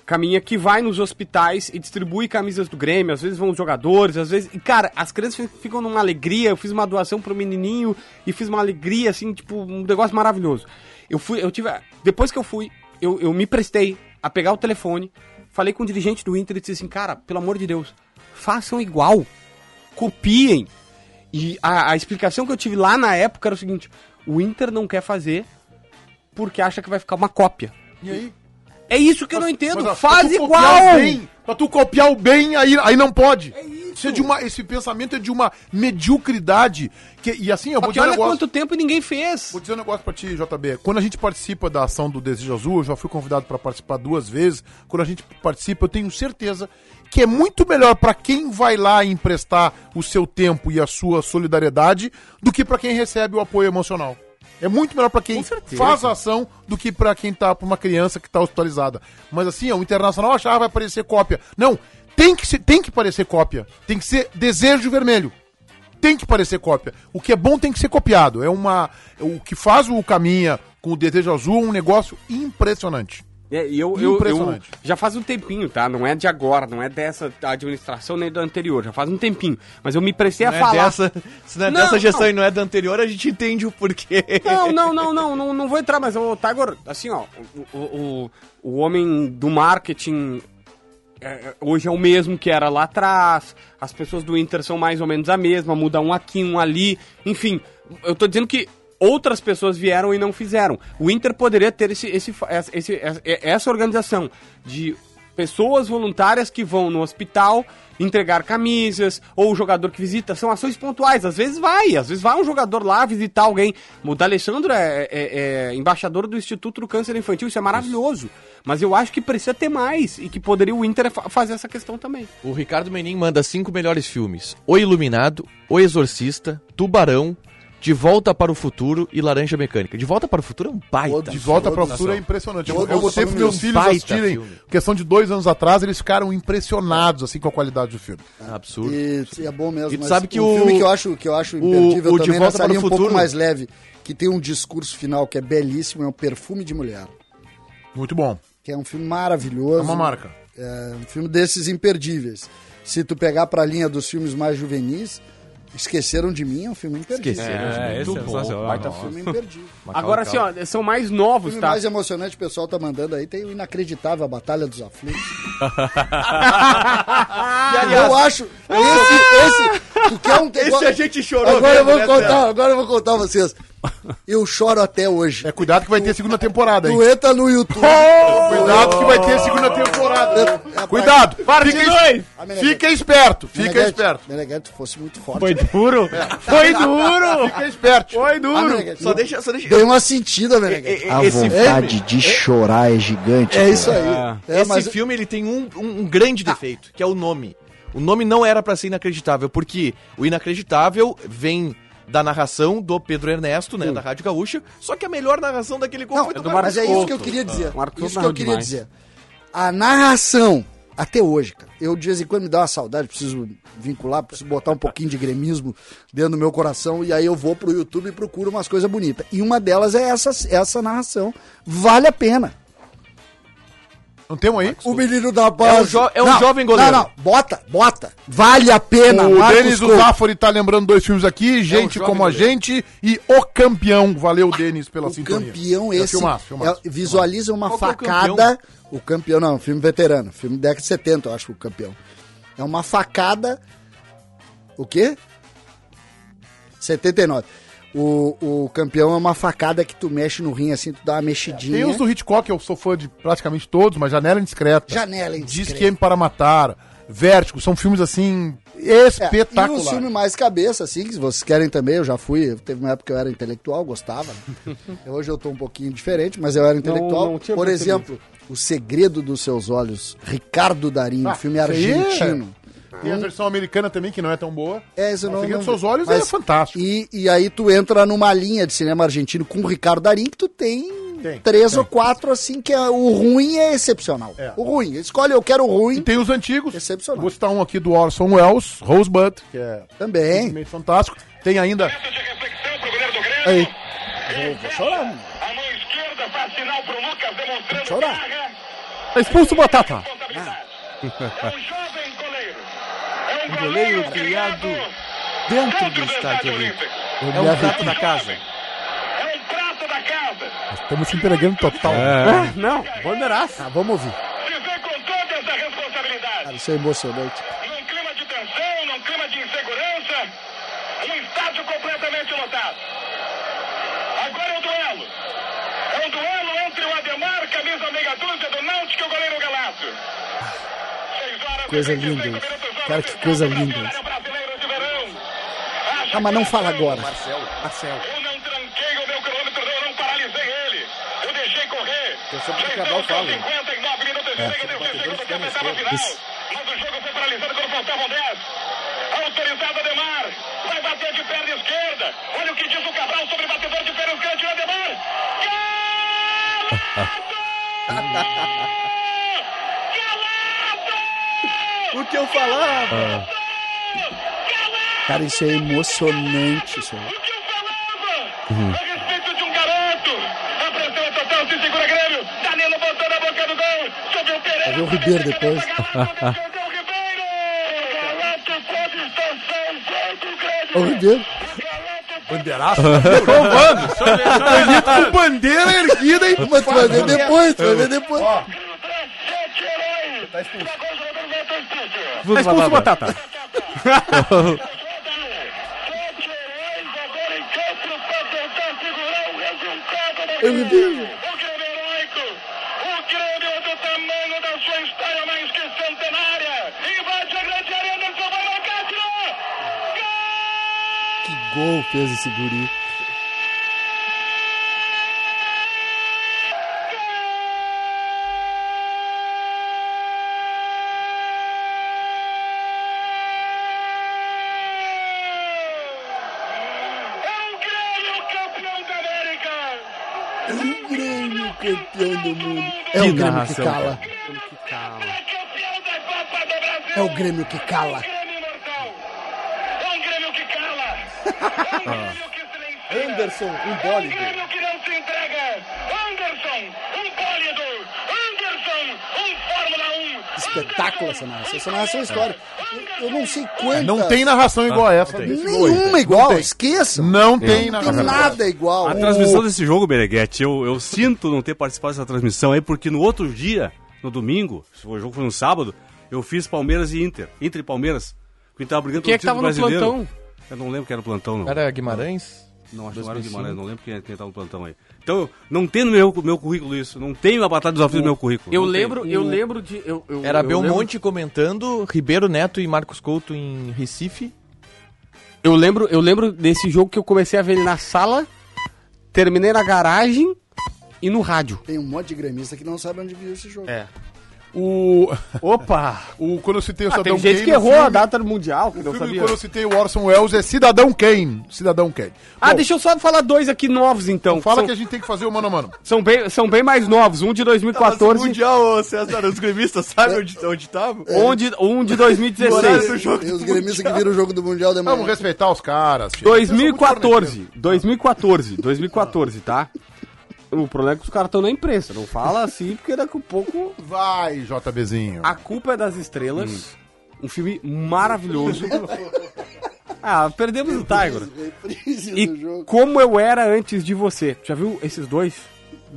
S2: Caminha, que vai nos hospitais e distribui camisas do Grêmio. Às vezes vão os jogadores, às vezes. E cara, as crianças fi- ficam numa alegria. Eu fiz uma doação pro menininho e fiz uma alegria, assim, tipo, um negócio maravilhoso. Eu fui, eu tive. Depois que eu fui, eu, eu me prestei a pegar o telefone Falei com o dirigente do Inter e disse assim, cara, pelo amor de Deus, façam igual, copiem. E a, a explicação que eu tive lá na época era o seguinte, o Inter não quer fazer porque acha que vai ficar uma cópia.
S1: E aí?
S2: É isso que eu não
S1: Mas,
S2: entendo,
S1: ó, pra
S2: faz
S1: tu copiar
S2: igual!
S1: o bem, pra tu copiar o bem, aí, aí não pode. Isso é de uma, esse pensamento é de uma mediocridade. Que, e assim, eu vou
S2: Porque
S1: dizer um
S2: olha
S1: negócio.
S2: quanto tempo e ninguém fez.
S1: Vou dizer um negócio pra ti, JB. Quando a gente participa da ação do Desejo Azul, eu já fui convidado pra participar duas vezes. Quando a gente participa, eu tenho certeza que é muito melhor pra quem vai lá emprestar o seu tempo e a sua solidariedade do que pra quem recebe o apoio emocional. É muito melhor pra quem faz a ação do que pra quem tá pra uma criança que tá hospitalizada. Mas assim, ó, o internacional achava vai parecer cópia. Não, tem que, ser, tem que parecer cópia. Tem que ser desejo vermelho tem que parecer cópia. O que é bom tem que ser copiado. É uma o que faz o caminha com o desejo azul é um negócio impressionante.
S2: É, e eu, eu, eu
S1: Impressionante.
S2: já faz um tempinho, tá? Não é de agora, não é dessa administração nem da anterior, já faz um tempinho. Mas eu me prestei a
S5: não
S2: falar.
S5: É dessa, se não é
S2: Não,
S5: dessa gestão
S2: não.
S5: e não é da anterior, a gente entende o porquê.
S2: Não, não, não, não, não, não vou entrar, mas o Tagor, assim, ó, o, o, o- o homem do marketing é, hoje é o mesmo que era lá atrás, as pessoas do Inter são mais ou menos a mesma, muda um aqui, um ali, enfim, eu tô dizendo que outras pessoas vieram e não fizeram. O Inter poderia ter esse, esse, fa- essa- esse- essa- essa organização de pessoas voluntárias que vão no hospital entregar camisas, ou o jogador que visita, são ações pontuais, às vezes vai, às vezes vai um jogador lá visitar alguém. O D'Alessandro é, é- é embaixador do Instituto do Câncer Infantil, isso é maravilhoso, mas eu acho que precisa ter mais, e que poderia o Inter fa- fazer essa questão também.
S5: O Ricardo Menin manda cinco melhores filmes: O Iluminado, O Exorcista, Tubarão, De Volta para o Futuro e Laranja Mecânica. De Volta para o Futuro é um baita.
S1: De volta pra futuro é impressionante. Eu, eu
S4: Todos
S1: botei pros
S4: são
S1: meus
S4: um
S1: filhos
S5: baita
S1: assistirem.
S5: filme.
S1: Questão de dois anos atrás, eles ficaram impressionados assim com a qualidade do filme.
S5: Absurdo.
S4: E, e é bom mesmo.
S5: E tu
S4: mas
S5: sabe que
S4: um
S5: o-
S4: filme que eu acho que eu acho
S5: o-
S4: imperdível
S5: o De
S4: também
S5: Volta
S4: nessa
S5: para o
S4: linha um pouco
S5: Futuro.
S4: mais leve, que tem um discurso final que é belíssimo, é um perfume de mulher,
S1: Muito bom.
S4: que é um filme maravilhoso.
S1: É uma marca.
S4: É um filme desses imperdíveis. Se tu pegar pra linha dos filmes mais juvenis, Esqueceram de Mim é um filme imperdível.
S5: Esqueceram.
S6: É, esse é sensacional.
S4: É um filme imperdível.
S2: Agora assim, ó, são mais
S4: O
S2: novos,
S4: filme
S2: tá?
S4: mais emocionante que o pessoal tá mandando aí tem o inacreditável A Batalha dos Aflitos.
S5: E, aliás,
S4: eu acho... Esse, esse... Tu quer um...
S5: esse a gente chorou
S4: Agora eu
S5: mesmo,
S4: vou
S5: né,
S4: contar, agora eu vou contar a vocês. Eu choro até hoje.
S1: É cuidado que vai ter segunda temporada, hein?
S4: Tu entra no YouTube.
S1: Cuidado que vai ter segunda temporada.
S4: É a
S1: Cuidado! Fica, es-
S4: A Meneghete.
S1: fica esperto, fica
S4: Meneghete,
S1: esperto.
S4: Meneghete, tu fosse muito forte.
S2: Foi duro? Foi duro!
S1: Fica esperto.
S4: Ah, Meneghete,
S5: Só deixa, só deixa.
S4: Deu uma sentida, Meneghete.
S8: A
S5: Esse
S8: vontade de chorar é gigante.
S4: É isso aí. É,
S5: Esse
S4: mas Ah.
S5: filme ele tem um, um- um grande defeito, que é o nome. O nome não era pra ser inacreditável, porque o inacreditável vem da narração do Pedro Ernesto, né, da Rádio Gaúcha, só que a melhor narração daquele gol
S4: Não,
S5: foi do
S4: mas é isso que eu queria dizer. Isso que eu queria dizer. A narração, até hoje, cara, eu de vez em quando me dá uma saudade, preciso vincular, preciso botar um pouquinho de gremismo dentro do meu coração, e aí eu vou pro YouTube e procuro umas coisas bonitas. E uma delas é essa, essa narração. Vale a pena.
S1: Não temos aí?
S4: O menino da base.
S5: É um jo- é um jovem goleiro.
S4: Não, não, bota, bota. Vale a pena,
S1: O
S4: Marcos
S1: Denis
S4: Couto.
S1: Zafori tá lembrando dois filmes aqui, Gente
S5: jovem
S1: Como a
S5: goleiro.
S1: Gente e O Campeão. Valeu, Denis, pela
S4: O
S1: sintonia.
S4: campeão
S1: É
S4: esse
S1: filmaço, filmaço.
S4: é- visualiza uma
S5: Qual que é o
S4: facada. o campeão não, filme veterano, filme década de 70, eu acho o campeão. É uma facada. O quê? 79. O, o campeão é uma facada que tu mexe no rim assim, tu dá uma
S1: Tem
S4: mexidinha.
S1: os do Hitchcock, eu sou fã de praticamente todos, mas Janela Indiscreta.
S4: Janela
S1: Diz
S4: Indiscreta.
S1: que M para Matar, Vértigo, são filmes assim
S4: É, E
S1: espetaculares.
S4: um filme mais cabeça, assim, que se vocês querem também, eu já fui. Teve uma época que eu era intelectual, gostava. né? Hoje eu tô um pouquinho diferente, mas eu era intelectual.
S2: não tinha
S4: Por
S2: percebido.
S4: exemplo, O Segredo dos Seus Olhos, Ricardo Darim,
S1: Ah,
S4: filme
S1: isso aí é-
S4: argentino.
S1: Tem a versão americana também, que não é tão boa.
S4: É, isso eu
S1: O
S4: não,
S1: Segredo
S4: não
S1: dos
S4: vi.
S1: Seus Olhos
S4: Mas-
S1: é fantástico.
S4: E, e aí tu entra numa linha de cinema argentino com o Ricardo Darim, que tu tem,
S1: Tem,
S4: três ou quatro, assim, que é- o ruim é excepcional.
S1: É.
S4: O ruim, escolhe, eu quero o
S1: E
S4: ruim.
S1: tem os antigos.
S4: Excepcional.
S1: Vou citar um aqui do Orson Welles, Rosebud, que é
S4: Também.
S1: simplesmente fantástico. Tem ainda.
S4: Aí.
S9: A mão esquerda faz sinal pro Lucas demonstrando
S4: Chorar.
S9: garra
S2: Expulso o Batata.
S9: responsabilidade. É um jovem goleiro. É um goleiro,
S5: criado
S9: criado
S5: dentro do
S9: dentro do
S5: estádio
S9: estádio
S5: olímpico.
S9: olímpico.
S5: É um prato da casa.
S9: É um prato da casa.
S1: Estamos se entregando total.
S5: É.
S2: É. Ah, Não, bandeiraça.
S4: Ah, vamos ouvir.
S9: Se vê com toda essa
S4: Cara,
S9: responsabilidade.
S4: isso é emocionante.
S9: Num clima de tensão, num clima de insegurança, um estádio completamente lotado. Agora é o duelo. É um duelo entre o Ademar, camisa meia dúzia do Náutico e o goleiro Galato. Seis horas e
S4: Coisa
S9: 25
S4: linda,
S9: minutos,
S4: isso.
S9: hora
S4: Cara, que
S9: oficial
S4: coisa
S9: do
S4: linda,
S9: Campeonato
S4: isso.
S9: Brasileiro de verão. Haja
S4: Ah, mas não fala
S9: coração.
S4: agora.
S9: Eu não tranquei o um meu cronômetro, eu não paralisei ele. Eu deixei correr. Eu
S5: sou pro Cabral, fala.
S9: 59 minutos de chega, desde o segundo tempo, etapa final. Mas o jogo foi paralisado quando faltavam 10. Autorizado Ademar. Vai bater de perna esquerda. Olha o que diz o Cabral sobre o batedor de perna esquerda de Ademar. Gol!
S5: O que eu falava?
S4: Cara, isso é emocionante, isso é aí.
S9: O que eu falava a respeito de um garoto. A pressão é total, se segura Grêmio. Danilo botou na boca do gol. Subiu
S4: Vai
S9: Pereira.
S4: ver o Ribeiro depois.
S9: Defendeu o Ribeiro. Galato pode estação contra o Grêmio.
S4: Ô, Ribeiro.
S1: Com bandeira erguida e.
S4: Mas tu vai ver depois, tu vai ver depois.
S9: Sete heróis. Tá expulso. Agora o jogador vai estar expulso.
S2: Expulso o Batata.
S4: É
S9: Sete heróis agora em campo para tentar segurar o resultado da
S4: Eu me vejo.
S9: O Grêmio heróico. O Grêmio é do tamanho da sua história mais que centenária. Invade a grande arena e só vai marcar, tirou. Gol!
S4: Que gol fez esse guri.
S9: É o Grêmio campeão da
S4: O
S9: América.
S4: Grêmio campeão do mundo. É
S2: Que
S4: o Grêmio que
S2: narração,
S4: cala.
S9: É campeão da Copa do Brasil. um
S4: É o Grêmio que cala.
S9: Grêmio imortal. É um Grêmio que cala. É um Grêmio que silencia.
S5: Anderson, um
S9: É um Grêmio que não se entrega. Anderson, um bólido. Anderson, um Fórmula 1.
S4: Espetáculo essa narração. Essa narração é história. Eu, eu não sei quantas.
S1: Não tem
S2: Ah,
S1: narração igual a essa. desse gol aí.
S4: nenhuma igual. Esqueçam. Não
S1: Não tem
S4: tem
S1: narração.
S4: nada igual.
S6: A transmissão
S4: O-
S6: desse jogo, Bereguete, eu, eu sinto não ter participado dessa transmissão aí, porque no outro dia, no domingo, o jogo foi no sábado, eu fiz Palmeiras e Inter. Inter e Palmeiras. Quem tava brigando
S2: Quem é
S6: pelo
S2: que tava
S6: título
S2: no
S6: brasileiro.
S2: plantão?
S6: Eu não lembro que era o plantão, não.
S5: Era Guimarães?
S6: Não, acho que não era o Guimarães, não lembro quem, quem tá no plantão aí. Então, não tem no meu, meu currículo isso. Não tenho a batalha dos desafios no meu currículo.
S2: Eu
S6: não tem.
S2: lembro, eu lembro de. Eu, eu,
S5: Era
S2: eu lembro-
S5: um Belmonte comentando, Ribeiro Neto e Marcos Couto em Recife.
S2: Eu lembro, eu lembro desse jogo que eu comecei a ver ele na sala, terminei na garagem e no rádio.
S4: Tem um monte de gremista que não sabe onde viu esse jogo.
S1: O,
S2: Opa!
S1: o, quando eu citei o
S2: Ah,
S1: Cidadão
S2: tem gente
S1: Kane,
S2: que
S1: o
S2: errou
S1: filme-
S2: a data do Mundial, que
S1: o
S2: não
S1: filme,
S2: sabia.
S1: quando eu citei o Orson Welles, é Cidadão Kane. Cidadão Kane.
S2: Ah,
S1: Bom,
S2: deixa eu só falar dois aqui novos então.
S1: Fala
S2: são,
S1: que a gente Tá, tem que fazer o mano a mano.
S2: são, bem, são bem mais novos. Um de 2014,
S5: Mundial, ô César, os gremistas sabem onde, onde tava?
S1: é.
S2: um de, um de
S5: Horário
S2: 2016.
S5: do jogo
S4: Tem
S5: do
S4: os gremistas que viram o jogo do Mundial de
S2: É.
S1: Vamos
S4: manhã.
S1: respeitar os caras. tio. Vocês são
S2: 2014,
S1: muito
S2: 2014, 2014, tá? O problema é que os caras estão na imprensa, não fala assim, porque daqui a pouco.
S1: corneteiros. Vai, JBzinho.
S2: A Culpa é das Estrelas,
S1: Hum.
S2: um filme maravilhoso. ah, perdemos o Tiger.
S4: Reprise do
S2: E
S4: jogo.
S2: Como Eu Era Antes de Você. Já viu esses dois?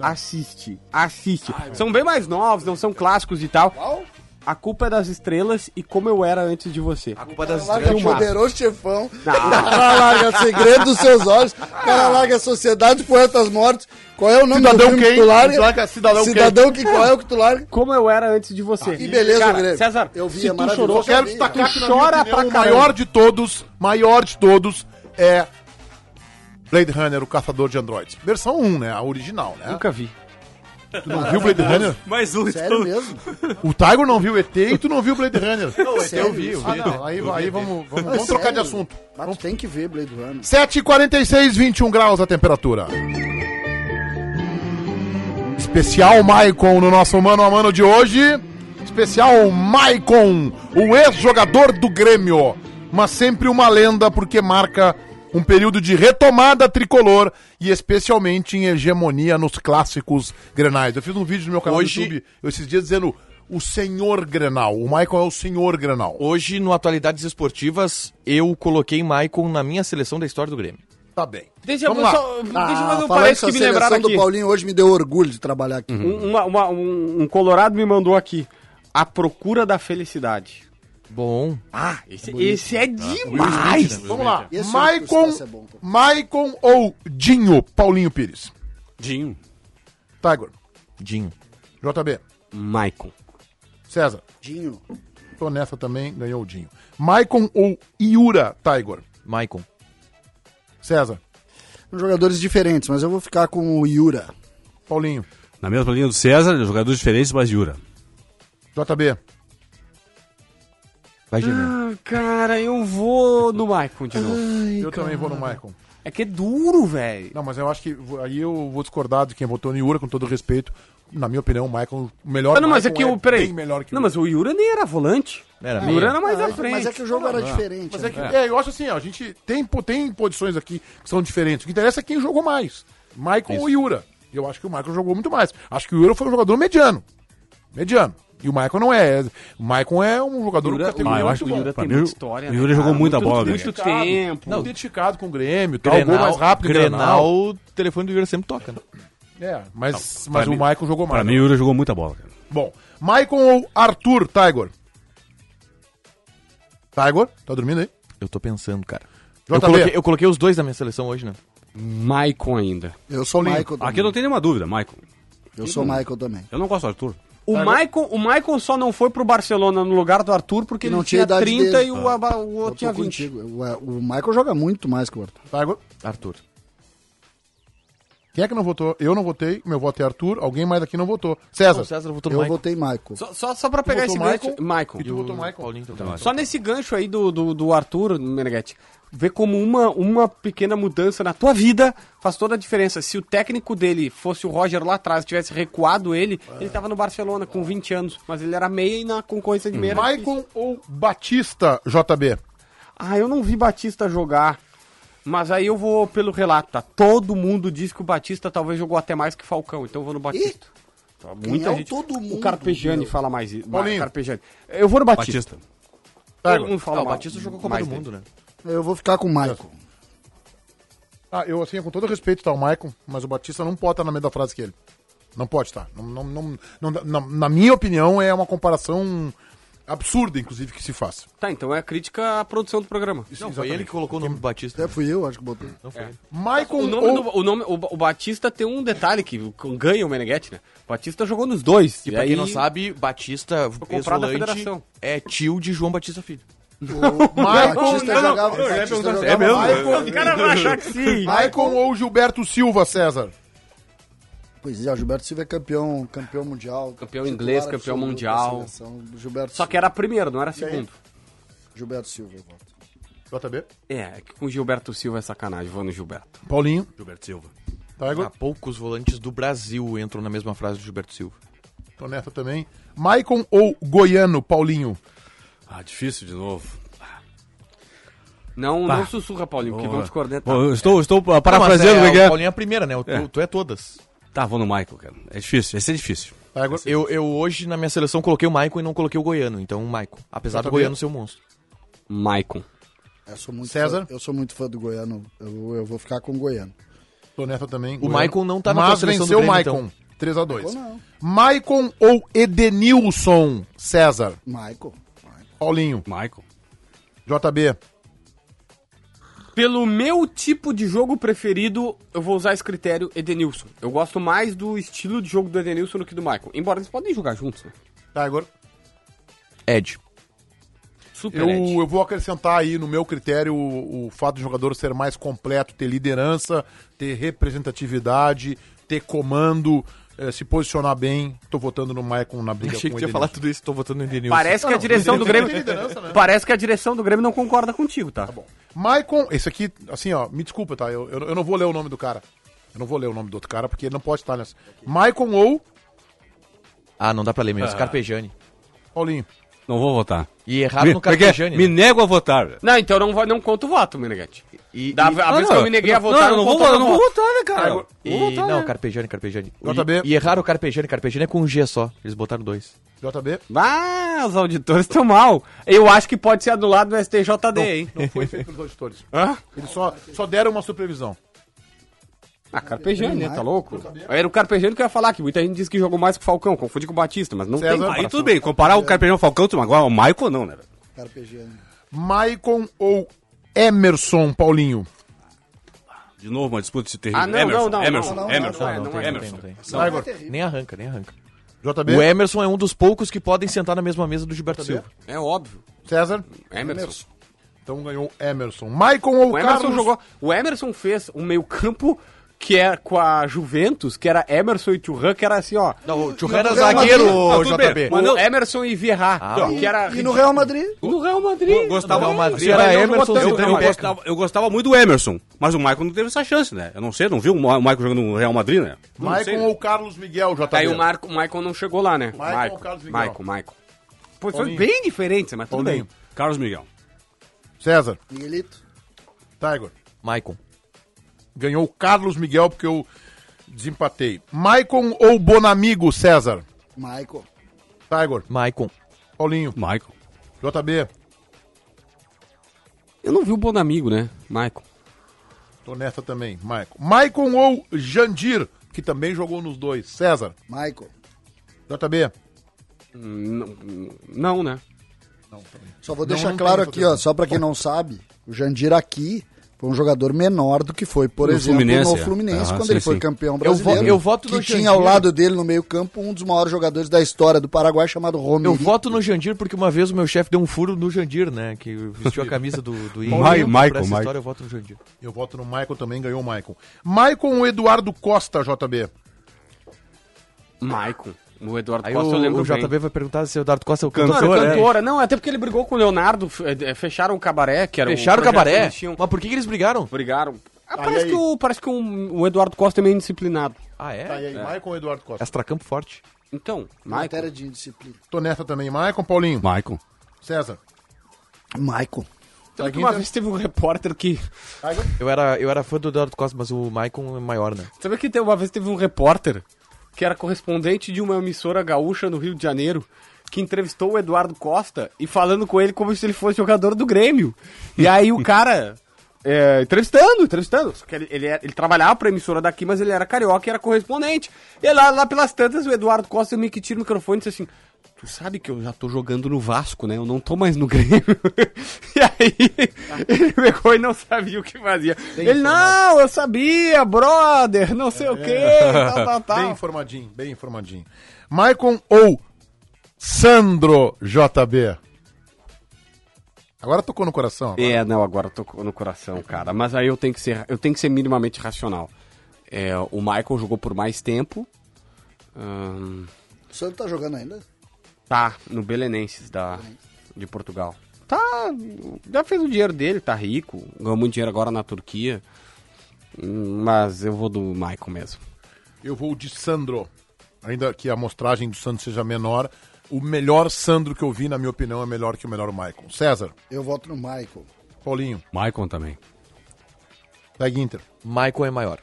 S2: Assiste, assiste. são bem mais novos, não são clássicos e tal. A Culpa é das Estrelas e Como Eu Era Antes de Você.
S5: A culpa das
S4: Larga
S5: estrelas.
S4: o
S2: Filmaço.
S4: um poderoso chefão. O cara larga segredo dos seus olhos. O cara larga a sociedade de poetas mortos. Qual é o nome
S1: Cidadão
S4: do filme que
S1: Kane.
S4: tu larga?
S1: Larga Cidadão
S4: Cidadão que qual é o que tu larga?
S2: Como Eu Era Antes de Você.
S4: Ah, Que beleza,
S2: Cara,
S4: Grêmio.
S2: César,
S4: eu vi,
S2: se
S4: é
S2: tu
S4: maravilhoso.
S2: chorou,
S1: Eu quero
S4: tá
S1: destacar que, na minha
S2: Chora
S1: opinião,
S2: pra
S1: o
S2: caramba.
S1: maior de todos, maior de todos é Blade Runner, o caçador de androides. Versão 1, né? A original, né?
S2: Nunca vi.
S1: Tu não viu
S2: é
S1: Blade Runner?
S6: Mais um,
S4: Sério
S6: então.
S4: mesmo?
S1: O Tiger não viu ET e tu não viu Blade Runner.
S4: Sério? Eu vi, eu
S1: Ah, não. Aí, aí vamos, vamos, vamos
S4: Tá Sério?
S1: trocar de assunto.
S4: Mas tu tem que ver Blade Runner.
S1: 7h46, 21 graus a temperatura. Especial Maicon no nosso Mano a Mano de hoje. Especial Maicon, o ex-jogador do Grêmio, mas sempre uma lenda porque marca um período de retomada tricolor e especialmente em hegemonia nos clássicos grenais. Eu fiz um vídeo no meu canal
S5: Hoje-
S1: do YouTube eu esses dias dizendo o senhor Grenal. O Maicon é o senhor Grenal.
S5: Hoje, no Atualidades Esportivas, eu coloquei Maicon na minha seleção da história do Grêmio.
S1: Tá bem.
S2: Deixa, eu
S1: Vamos lá.
S2: só, deixa eu fazer um
S4: falar
S2: parênteses
S4: Ah, isso, a
S2: que me lembraram
S4: seleção
S2: aqui.
S4: do Paulinho hoje me deu orgulho de trabalhar aqui.
S2: Um, uma- uma- um- um colorado me mandou aqui. A Procura da Felicidade.
S5: Bom.
S2: Ah, esse, esse é demais!
S1: Vamos lá.
S4: Esse
S1: Maicon,
S4: Circunstância é bom, pô.
S1: Maicon ou Dinho Paulinho Pires?
S6: Dinho.
S1: Tiger,
S5: Dinho.
S1: JB,
S2: Maicon.
S1: César,
S4: Dinho.
S1: tô nessa também, ganhou o Dinho. Maicon ou Iura Tiger?
S5: Maicon.
S1: César,
S4: São jogadores diferentes, mas eu vou ficar com o Yura.
S1: Paulinho,
S6: Na mesma linha do César, jogadores diferentes, mas Yura.
S1: JB,
S6: Vai, Juninho.
S2: Ah, cara, eu vou no Maicon de novo.
S1: eu também vou no Maicon.
S2: É que é duro, velho.
S1: Não, mas eu acho que vo- aí eu vou discordar de quem votou no Iura, com todo respeito. Na minha opinião, o Maicon, o melhor.
S2: Ah, Não, mas é
S1: Maicon
S2: que o. Peraí.
S1: Bem melhor que
S2: Não, mas o Yura nem era volante.
S5: Era
S2: o Yura
S5: meia.
S2: era Tá mais
S4: Ah,
S2: à frente. Tá
S4: Mas é que o jogo era diferente.
S1: Mas é
S4: né?
S1: que, é, eu acho assim, ó, a gente tem, po- tem posições aqui que são diferentes. O que interessa é quem jogou mais. Michael ou Yura. Eu acho que o Michael jogou muito mais. Acho que o Yura foi um jogador mediano. Mediano. E o Michael não é. O Michael é um jogador
S2: Yura-
S1: categoria
S6: Ah, eu
S1: muito
S6: acho que
S1: bom.
S6: o Yura
S2: Pra
S6: tem
S2: mim,
S6: muita
S2: o-
S6: história.
S2: né,
S6: O Yura jogou
S2: cara?
S6: muita
S2: Muito-
S6: bola,
S2: muito
S6: velho.
S2: tempo.
S1: Não, identificado com o Grêmio, tal,
S5: Grenal,
S1: gol mais rápido,
S5: Grenal, o telefone do Yuri sempre toca. Né?
S1: É, mas,
S6: Pra
S1: mas o
S6: mim-
S1: Michael jogou mais.
S6: Pra mim, o Yura jogou muita bola, cara.
S1: Bom, Michael ou Arthur Tiger? Tiger, tá dormindo aí?
S5: Eu tô pensando, cara.
S1: JB.
S5: Eu coloquei, eu coloquei os dois da minha seleção hoje, né?
S2: Maicon ainda.
S4: Eu sou o Michael
S2: Uhum.
S6: Aqui
S4: também.
S6: não tem nenhuma dúvida, Michael.
S4: Eu sou o Michael também.
S6: Eu não gosto do Arthur.
S2: O Maicon, o Maicon só não foi pro Barcelona no lugar do Arthur porque
S4: Que
S2: ele
S4: não tinha
S2: tinha,
S4: a idade
S2: 30
S4: dele.
S2: e o, Aba- o
S4: Eu
S2: outro
S4: tô
S2: tinha 20.
S4: contigo. O, o Michael joga muito mais que o Arthur.
S1: Tiger.
S5: Arthur.
S1: Quem é que não votou? Eu não votei, meu voto é Arthur, alguém mais aqui não votou. César.
S5: O César votou
S4: Eu
S5: no Maicon.
S4: votei Michael.
S2: Só, só, só pra pegar esse
S1: botou
S2: gancho.
S1: Maicon?
S2: Maicon.
S1: E tu votou Michael?
S5: Paulinho também.
S2: Só nesse gancho aí do, do, do Arthur, Meneghetti, vê como uma, uma pequena mudança na tua vida faz toda a diferença. Se o técnico dele fosse o Roger lá atrás, tivesse recuado ele,
S4: É.
S2: ele tava no Barcelona com 20 anos, mas ele era meia e na concorrência de meia. era difícil.
S1: Maicon ou Batista, JB?
S2: Ah, eu não vi Batista jogar. Mas aí eu vou pelo relato, tá? Todo mundo diz que o Batista talvez jogou até mais que Falcão, então eu vou no Batista. Tá, Muita
S4: é o
S2: gente.
S4: todo mundo,
S2: o Carpegiani
S4: meu?
S2: fala mais isso.
S1: Paulinho.
S2: Carpegiani. Eu vou no Batista.
S6: Batista.
S2: Todo mundo
S5: Ah,
S2: fala
S5: o
S2: mais-
S5: Batista jogou Copa
S2: mais
S5: do
S2: dele.
S5: Mundo, né?
S4: Eu vou ficar com o Michael.
S1: Ah, eu assim, com todo respeito, tá, o Maicon, mas o Batista não pode estar na mesma frase que ele. Não pode estar. Não, não, não, não- na, na minha opinião, é uma comparação Absurda, inclusive, que se faz.
S2: Tá, então é a crítica à produção do programa.
S5: Não, foi ele que colocou o nome do Batista.
S4: Até É, fui eu, acho que botei.
S1: Michael
S2: O nome,
S1: O-
S2: do, o, nome o, Ba- o Batista tem um detalhe que ganha o Meneghetti, né? O Batista jogou nos dois.
S5: E
S2: E,
S5: pra
S2: aí,
S5: quem não sabe, Batista
S2: comprado da
S5: ex-volante
S2: federação.
S5: é tio de João Batista Filho.
S4: O Batista jogava. o Batista
S2: É
S4: jogava mais.
S2: O cara vai achar que sim.
S1: Maicon ou Gilberto Silva, César?
S4: Pois é, o Gilberto Silva é campeão, campeão mundial.
S2: Campeão inglês,
S4: titular
S2: campeão
S4: absoluto
S2: mundial.
S4: da seleção. Gilberto,
S2: Só que era primeiro, não era segundo.
S4: Gilberto Silva, eu voto.
S1: JB.
S2: É, é que com o Gilberto Silva é sacanagem, vou no Gilberto.
S1: Paulinho.
S5: Gilberto Silva.
S1: Tiger.
S5: Há poucos volantes do Brasil entram na mesma frase do Gilberto Silva.
S1: Tô nessa também. Maicon ou Goiano, Paulinho?
S6: Ah, difícil de novo.
S2: Não, não sussurra, Paulinho, porque vamos te coordenar.
S6: Bom, eu estou, estou ah,
S5: Não,
S6: parafraseando
S5: mas
S6: o
S5: é,
S6: que
S5: o
S6: é.
S5: Paulinho é a primeira, né? O, Tu, tu é todas.
S6: Tá, vou no Michael, cara. É difícil, esse é difícil.
S1: Tiger.
S5: Eu, eu hoje na minha seleção coloquei o Maicon e não coloquei o Goiano, então o Maicon. Apesar do Goiano ser um monstro.
S2: Maicon.
S4: Eu sou muito
S1: César?
S4: Fã, eu sou muito fã do Goiano. Eu, eu vou ficar com o Goiano.
S1: Tô nessa também.
S5: O Maicon não tá na tua
S1: Mas
S5: seleção do
S1: venceu o
S5: Grêmio, então.
S1: Maicon. 3x2.
S4: Maicon não.
S1: Maicon ou Edenilson, César?
S4: Michael. Michael.
S1: Paulinho.
S6: Michael.
S1: JB.
S2: Pelo meu tipo de jogo preferido, eu vou usar esse critério Edenilson. Eu gosto mais do estilo de jogo do Edenilson do que do Michael. Embora eles podem jogar juntos, né?
S1: Tiger.
S5: Ed.
S2: Super
S1: Eu,
S2: Ed.
S1: eu vou acrescentar aí no meu critério o, o fato do jogador ser mais completo, ter liderança, ter representatividade, ter comando, eh, se posicionar bem. Tô votando no Maicon na briga
S5: Achei que
S1: com o
S5: tinha
S1: Edenilson.
S5: falado tudo isso, tô votando no Edenilson.
S2: Parece que a direção do Grêmio.
S1: liderança, né?
S2: Parece que a direção do Grêmio não concorda contigo, tá?
S1: Bom, Maicon, esse aqui, assim, ó, me desculpa, tá? Eu, eu, eu não vou ler o nome do cara. Eu não vou ler o nome do outro cara, porque ele não pode estar nessa. Maicon ou
S5: Ah, não dá pra ler mesmo. Scarpejani.
S1: Paulinho.
S6: Não vou votar.
S5: E erraram
S6: Me,
S5: no né?
S6: como é que é?
S5: Carpejani.
S6: Me nego a votar.
S2: Não, então não, vai- não conta o voto, Meneghetti.
S5: E,
S2: Da,
S5: e-
S2: a vez que eu me neguei a votar,
S6: não, não, vou,
S2: contou
S6: votar,
S2: meu
S6: não vou
S2: voto.
S6: votar, né, cara?
S5: e-
S6: Vou votar,
S5: não,
S6: né?
S5: Carpejani, Carpejani.
S1: JB.
S5: E, e erraram o Carpejani. Carpejani é com um G só. Eles botaram dois.
S1: JB.
S2: Ah, os auditores estão mal. Eu acho que pode ser anulado do STJD, hein?
S1: Não foi feito pelos auditores. Eles só, só deram uma supervisão.
S2: Ah, Carpejani, né? Tá louco? Era o Carpejani que eu ia falar, que muita gente disse que jogou mais que o Falcão. Confundi com o Batista, mas não
S1: César,
S2: tem
S1: não,
S6: Aí
S2: comparação.
S6: tudo bem, comparar o Carpejão e o Falcão, tu- agora o Michael não, né? velho?
S4: Cara, PGN.
S1: Maicon ou Emerson, Paulinho?
S6: De novo, uma disputa de terreno.
S2: Ah, não,
S6: Emerson,
S2: não, não,
S6: Emerson,
S2: não, é.
S4: não, não,
S6: Emerson.
S4: não,
S5: Ah, não, é tem, não tem,
S6: Emerson.
S5: não tem.
S1: Tiger.
S5: Nem arranca, nem arranca.
S1: JB.
S5: O Emerson é um dos poucos que podem sentar na mesma mesa do
S6: Tá
S5: Gilberto Silva.
S2: É óbvio. é
S1: César.
S2: Emerson.
S1: Então ganhou Emerson. Maicon ou
S2: O Emerson
S1: Carlos?
S2: jogou. O Emerson fez um meio-campo que é com a Juventus, que era Emerson e Turan, que era assim, ó.
S5: Não, o Churran era zagueiro, JB.
S2: o Emerson e Vieira,
S1: Ah.
S2: que era
S4: E no Real Madrid?
S2: no Real Madrid.
S6: Gostava,
S5: Não, mas
S6: Sim,
S5: era
S6: mas Tá eu
S5: Emerson,
S6: gostava- eu,
S5: Zidane,
S6: eu
S5: Beckham.
S6: gostava, eu gostava muito do Emerson, mas o Michael não teve essa chance, né? Eu não sei, não viu o Ma- o Michael jogando no Real Madrid, né? Não sei,
S1: Maicon
S6: né?
S1: ou Carlos Miguel, JB?
S2: Aí o, Marco, o Michael não chegou lá, né?
S1: Michael ou Carlos Miguel?
S2: Michael, Michael. Posições
S1: Paulinho.
S2: bem diferentes, mas tudo
S1: Paulinho.
S2: bem.
S6: Carlos Miguel.
S1: César.
S4: Miguelito.
S1: Tiger.
S5: Maicon.
S1: Ganhou o Carlos Miguel porque eu desempatei. Maicon ou Bonamigo, César?
S4: Michael.
S1: Tiger.
S5: Maicon.
S1: Paulinho.
S6: Michael.
S1: JB.
S2: Eu não vi o Bonamigo, né? Michael.
S1: Tô nessa também, Maicon. Maicon ou Jandir, que também jogou nos dois. César.
S4: Michael.
S1: JB.
S2: Hum, Não, não, né?
S4: Só vou
S1: Não,
S4: deixar
S1: não
S4: claro
S1: tem,
S4: aqui,
S1: não.
S4: ó, só pra quem não sabe, o Jandir aqui foi um jogador menor do que foi, por
S6: No
S4: exemplo,
S6: Fluminense,
S4: no
S6: é.
S4: Fluminense,
S6: Aham,
S4: quando
S6: sim,
S4: ele foi
S6: sim.
S4: campeão
S5: Eu vo-
S4: brasileiro.
S5: eu voto
S4: que
S5: no
S4: tinha
S5: Jandir.
S4: ao lado dele no meio-campo um dos maiores jogadores da história do Paraguai chamado Romero.
S5: Eu voto no Jandir porque uma vez o meu chefe deu um furo no Jandir, né? Que vestiu a camisa do, do Inter.
S6: Ma-
S5: Por
S6: Maicon,
S5: essa
S6: Maicon.
S5: história eu voto no Jandir.
S1: Eu voto no Maicon também, ganhou o Maicon. Maicon ou Eduardo Costa, JB?
S2: Michael. O Eduardo
S5: Aí
S2: Costa eu
S5: o,
S2: lembro
S5: o
S2: bem.
S5: JB vai perguntar se o Eduardo Costa é o
S2: Não,
S5: cantor.
S2: era
S5: né?
S2: cantora. Não, até porque ele brigou com o Leonardo, f- eh, eh, fecharam o cabaré, que era um
S5: Fecharam o
S2: projeto que
S5: cabaré.
S2: eles tinham.
S5: Mas por que, que eles brigaram?
S2: Brigaram. Ah,
S1: Aí,
S2: parece,
S1: aí.
S2: Que o, parece que um- o Eduardo Costa é meio indisciplinado.
S5: Ah,
S1: Tá, e
S5: é?
S1: aí, Maicon ou Eduardo Costa?
S5: Extracampo forte.
S2: Então, Michael.
S4: Matéria de indisciplina.
S1: Tô nessa também, Maicon, Paulinho.
S6: Michael.
S1: César.
S4: Michael.
S2: Tanto Então, que uma
S1: tá-
S2: vez teve um repórter que.
S5: Eu era, eu era fã do Eduardo Costa, mas o Maicon é maior, né?
S2: Sabe que tem- uma vez teve um repórter que era correspondente de uma emissora gaúcha no Rio de Janeiro que entrevistou o Eduardo Costa e falando com ele como se ele fosse jogador do Grêmio. E aí o cara é, entrevistando, entrevistando. Só que ele, ele, era- ele trabalhava pra emissora daqui, mas ele era carioca e era correspondente. E lá, lá pelas tantas, o Eduardo Costa meio que tira o microfone e disse assim: Tu sabe que eu já tô jogando no Vasco, né? Eu não tô mais no Grêmio. e aí, ele pegou e não sabia o que fazia. ele, não, eu sabia, brother, não sei o quê, tal, tal,
S1: Bem
S2: tal.
S1: informadinho, bem informadinho. Maicon ou Sandro JB? Agora tocou no coração. agora.
S2: É, não, agora eu tô no coração, cara. Mas aí eu tenho que ser, eu tenho que ser minimamente racional. É, o Michael jogou por mais tempo. Ahn,
S4: O Sandro tá jogando ainda?
S2: tá, no Belenenses da, de Portugal. Tá, já fez o dinheiro dele, tá rico. Ganhou muito dinheiro agora na Turquia. Hum, Mas eu vou do Michael mesmo.
S1: Eu vou de Sandro. Ainda que a amostragem do Sandro seja menor, o melhor Sandro que eu vi, na minha opinião, é melhor que o melhor Maicon. César,
S4: Eu voto no Michael.
S1: Paulinho,
S6: Maicon também.
S1: pega Inter.
S5: Michael é maior.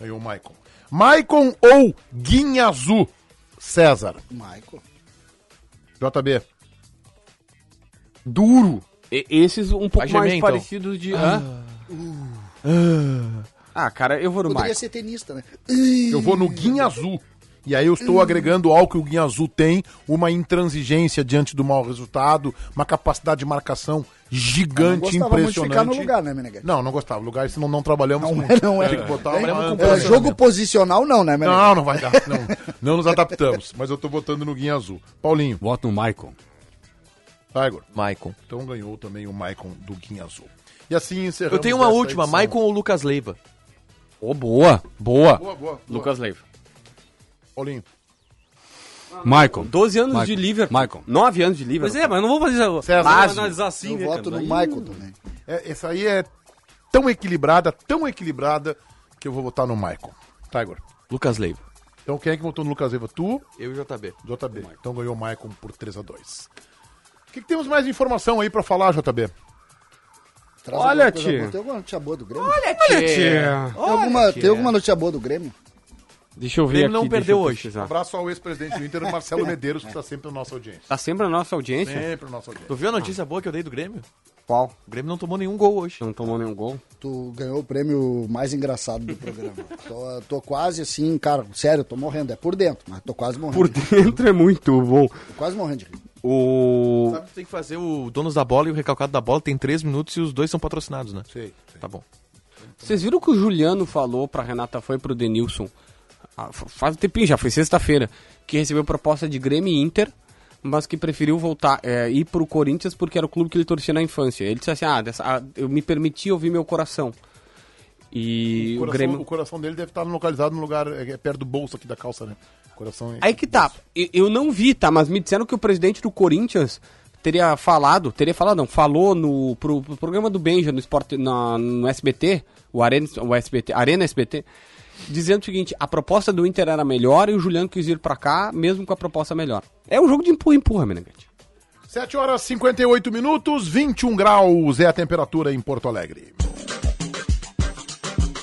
S1: Aí o Maicon. Maicon ou Guinha Azul? César.
S4: Michael.
S1: JB.
S2: Duro! E- esses um pouco
S5: Vai
S2: mais
S5: gemer, então.
S2: parecidos de. Hã? Ah. cara, eu vou no
S4: Poderia
S2: Michael.
S4: ser tenista, né?
S1: Eu vou no Guinha Azul. E aí eu estou agregando ao que o Guinha Azul tem, uma intransigência diante do mau resultado, uma capacidade de marcação
S4: Não
S1: gigante,
S4: gostava muito de
S1: impressionante.
S4: ficar no lugar, né, Meneghete?
S1: Não, não gostava. Lugar, senão não trabalhamos
S4: Não,
S1: com-
S4: não é.
S1: Tem que botar
S4: É,
S1: uma-
S4: É, jogo posicional não, né, Meneghete?
S1: Não, não vai dar. Não, não nos adaptamos. Mas eu tô botando no Guinha Azul. Paulinho,
S6: Voto no Maicon.
S1: Tiger.
S5: Michael.
S1: Então ganhou também o Maicon do Guinha Azul. E assim encerramos.
S5: Eu tenho uma
S1: essa
S5: última,
S1: edição.
S5: Michael ou Lucas Leiva?
S2: Ô, boa! Boa!
S1: Boa, boa. boa.
S2: Lucas Leiva.
S1: Paulinho.
S6: Maicon.
S2: 12 anos
S6: Michael.
S2: de Liverpool.
S6: Michael.
S2: 9 anos de Liverpool.
S6: Pois é, mas eu não vou fazer isso.
S1: César.
S6: Mas
S1: Mas-
S6: analisar assim,
S4: Eu
S6: né,
S4: voto
S6: cara?
S4: no
S6: Aí-
S4: Michael também.
S1: É, essa aí é tão equilibrada, tão equilibrada, que eu vou votar no Maicon. Tiger.
S5: Lucas Leiva.
S1: Então quem é que votou no Lucas Leiva? Tu,
S5: Eu e o JB.
S1: JB. Então ganhou o Maicon por 3x2. O que, que temos mais de informação aí pra falar, JB?
S4: Traz
S2: Olha,
S4: alguma coisa
S2: tio.
S4: boa. Tem alguma notícia boa do Grêmio?
S2: É.
S4: tem, alguma, tem alguma notícia boa do Grêmio?
S2: Deixa eu ver
S5: Grêmio
S2: aqui.
S5: não
S2: deixa
S5: perdeu
S2: eu
S5: hoje.
S2: pesquisar.
S1: Abraço ao ex-presidente do Inter, Marcelo Medeiros, que está sempre na nossa audiência.
S2: Tá sempre a nossa audiência.
S1: Sempre na nossa audiência.
S5: Tu viu a
S2: Ah.
S5: notícia boa que eu dei do Grêmio?
S2: Qual?
S5: O Grêmio não tomou nenhum gol hoje.
S2: Não tomou nenhum gol.
S4: Tu ganhou o prêmio mais engraçado do programa. tô, tô quase assim, cara, sério, tô morrendo. É por dentro, mas tô quase morrendo.
S2: Por dentro é muito bom.
S4: Tô quase morrendo de rir.
S2: O.
S5: Sabe que tu tem que fazer o Donos da Bola e o Recalcado da Bola, tem três minutos e os dois são patrocinados, né?
S1: Sei.
S5: Tá bom.
S2: Vocês viram que o Juliano falou pra Renata foi pro Denilson? Ah, fa- faz um tempinho já, foi sexta-feira. Que recebeu proposta de Grêmio e Inter, mas que preferiu voltar, é, ir pro Corinthians porque era o clube que ele torcia na infância. Ele disse assim: ah, dessa- ah, eu me permiti ouvir meu coração. E
S1: O
S2: o,
S1: coração,
S2: Grêmio.
S1: o coração dele deve estar localizado no lugar é, é perto do bolso aqui da calça, né? O coração. é-
S2: Aí que tá. Eu, eu não vi, tá? Mas me disseram que o presidente do Corinthians teria falado, teria falado, não, falou no pro, pro programa do Benja no esporte na- no SBT, o Arena, o SBT, Arena SBT, dizendo o seguinte: a proposta do Inter era melhor e o Juliano quis ir pra cá mesmo com a proposta melhor. É um jogo de empurra empurra, Meneghete.
S1: 7 horas e 58 minutos, 21 graus é a temperatura em Porto Alegre.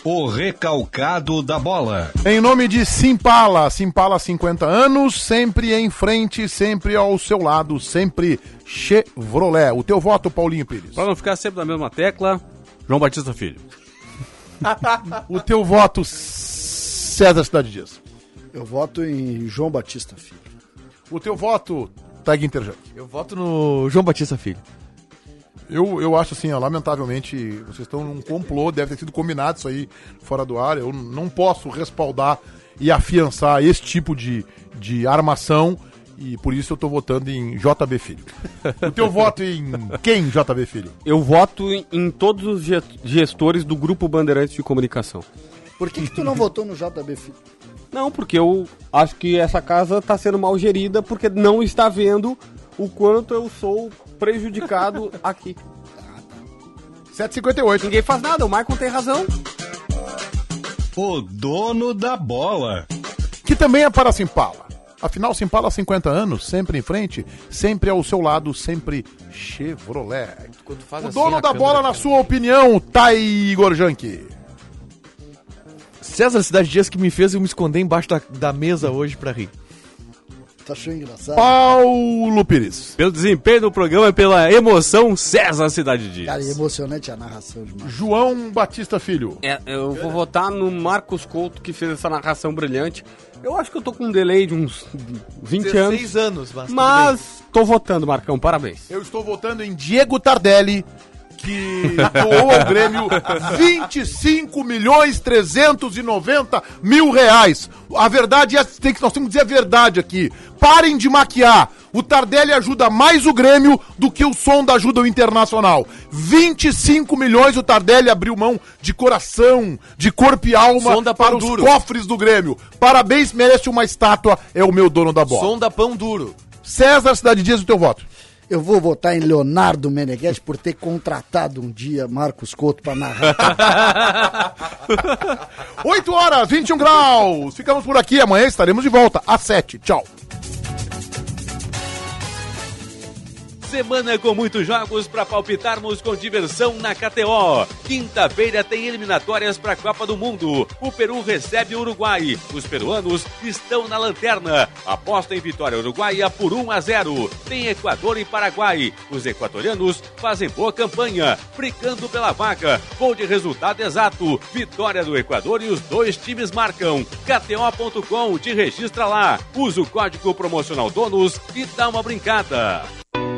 S10: O recalcado da bola.
S1: Em nome de Simpala, Simpala 50 anos, sempre em frente, sempre ao seu lado, sempre Chevrolet. O teu voto, Paulinho Pires.
S6: Pra não ficar sempre na mesma tecla, João Batista Filho.
S1: O teu voto, César Cidade Dias.
S4: Eu voto em João Batista Filho.
S1: O teu voto, Tag Interjunk.
S5: Eu voto no João Batista Filho.
S1: Eu, eu acho assim, ó, lamentavelmente, vocês estão num complô, deve ter sido combinado isso aí fora do ar. Eu não posso respaldar e afiançar esse tipo de, de armação e por isso eu tô votando em JB Filho. O teu voto em quem, JB Filho?
S2: Eu voto em, em todos os ge- gestores do grupo Bandeirantes de Comunicação.
S4: Por que, que tu não votou no JB Filho?
S2: Não, porque eu acho que essa casa tá sendo mal gerida porque não está vendo o quanto eu sou prejudicado aqui.
S1: 758.
S2: Ninguém faz nada, o Michael tem razão.
S10: O dono da bola.
S1: Que também é para Simpala. Afinal, Simpala há 50 anos, sempre em frente, sempre ao seu lado, sempre Chevrolet.
S5: Quando faz
S2: assim,
S1: O dono da bola, na sua opinião, Taigor Janki.
S5: César Cidade Dias que me fez eu me esconder embaixo da, da mesa hoje pra rir.
S4: Tu achou engraçado?
S1: Paulo Pires.
S6: Pelo desempenho do programa e pela emoção, César Cidade Dias.
S4: Cara, e emocionante a narração demais.
S1: João Batista Filho.
S2: É, eu vou votar no Marcos Couto, que fez essa narração brilhante. Eu acho que eu tô com um delay de uns 20 anos.
S5: 16 anos, mas. tudo bem.
S2: Mas tô votando, Marcão, parabéns.
S1: Eu estou votando em Diego Tardelli, que doou ao Grêmio 25 milhões 390 mil reais. A verdade é tem que nós temos que dizer a verdade aqui. Parem de maquiar. O Tardelli ajuda mais o Grêmio do que o Sonda ajuda o Internacional. 25 milhões o Tardelli abriu mão de coração, de corpo e alma
S5: Sonda
S1: para
S5: pau
S1: os
S5: duro.
S1: cofres do Grêmio. Parabéns, merece uma estátua, é o meu dono da bola.
S5: Sonda pão duro.
S1: César Cidade Dias, o teu voto.
S4: Eu vou votar em Leonardo Meneghetti por ter contratado um dia Marcos Couto pra narrar.
S1: 8 horas, 21 graus. Ficamos por aqui. Amanhã estaremos de volta às 7. Tchau.
S6: Semana com muitos jogos para palpitarmos com diversão na KTO. Quinta-feira tem eliminatórias para a Copa do Mundo. O Peru recebe o Uruguai. Os peruanos estão na lanterna. Aposta em vitória uruguaia por 1 a 0. Tem Equador e Paraguai. Os equatorianos fazem boa campanha, brigando pela vaca. Gol de resultado exato. Vitória do Equador e os dois times marcam. KTO.com te registra lá. Usa o código promocional DONUS e dá uma brincada.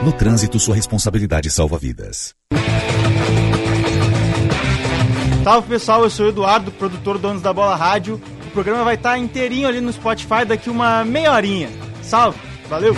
S3: No trânsito, sua responsabilidade salva vidas.
S11: Salve pessoal, eu sou o Eduardo, produtor do Donos da Bola Rádio. O programa vai estar inteirinho ali no Spotify daqui uma meia horinha. Salve, valeu!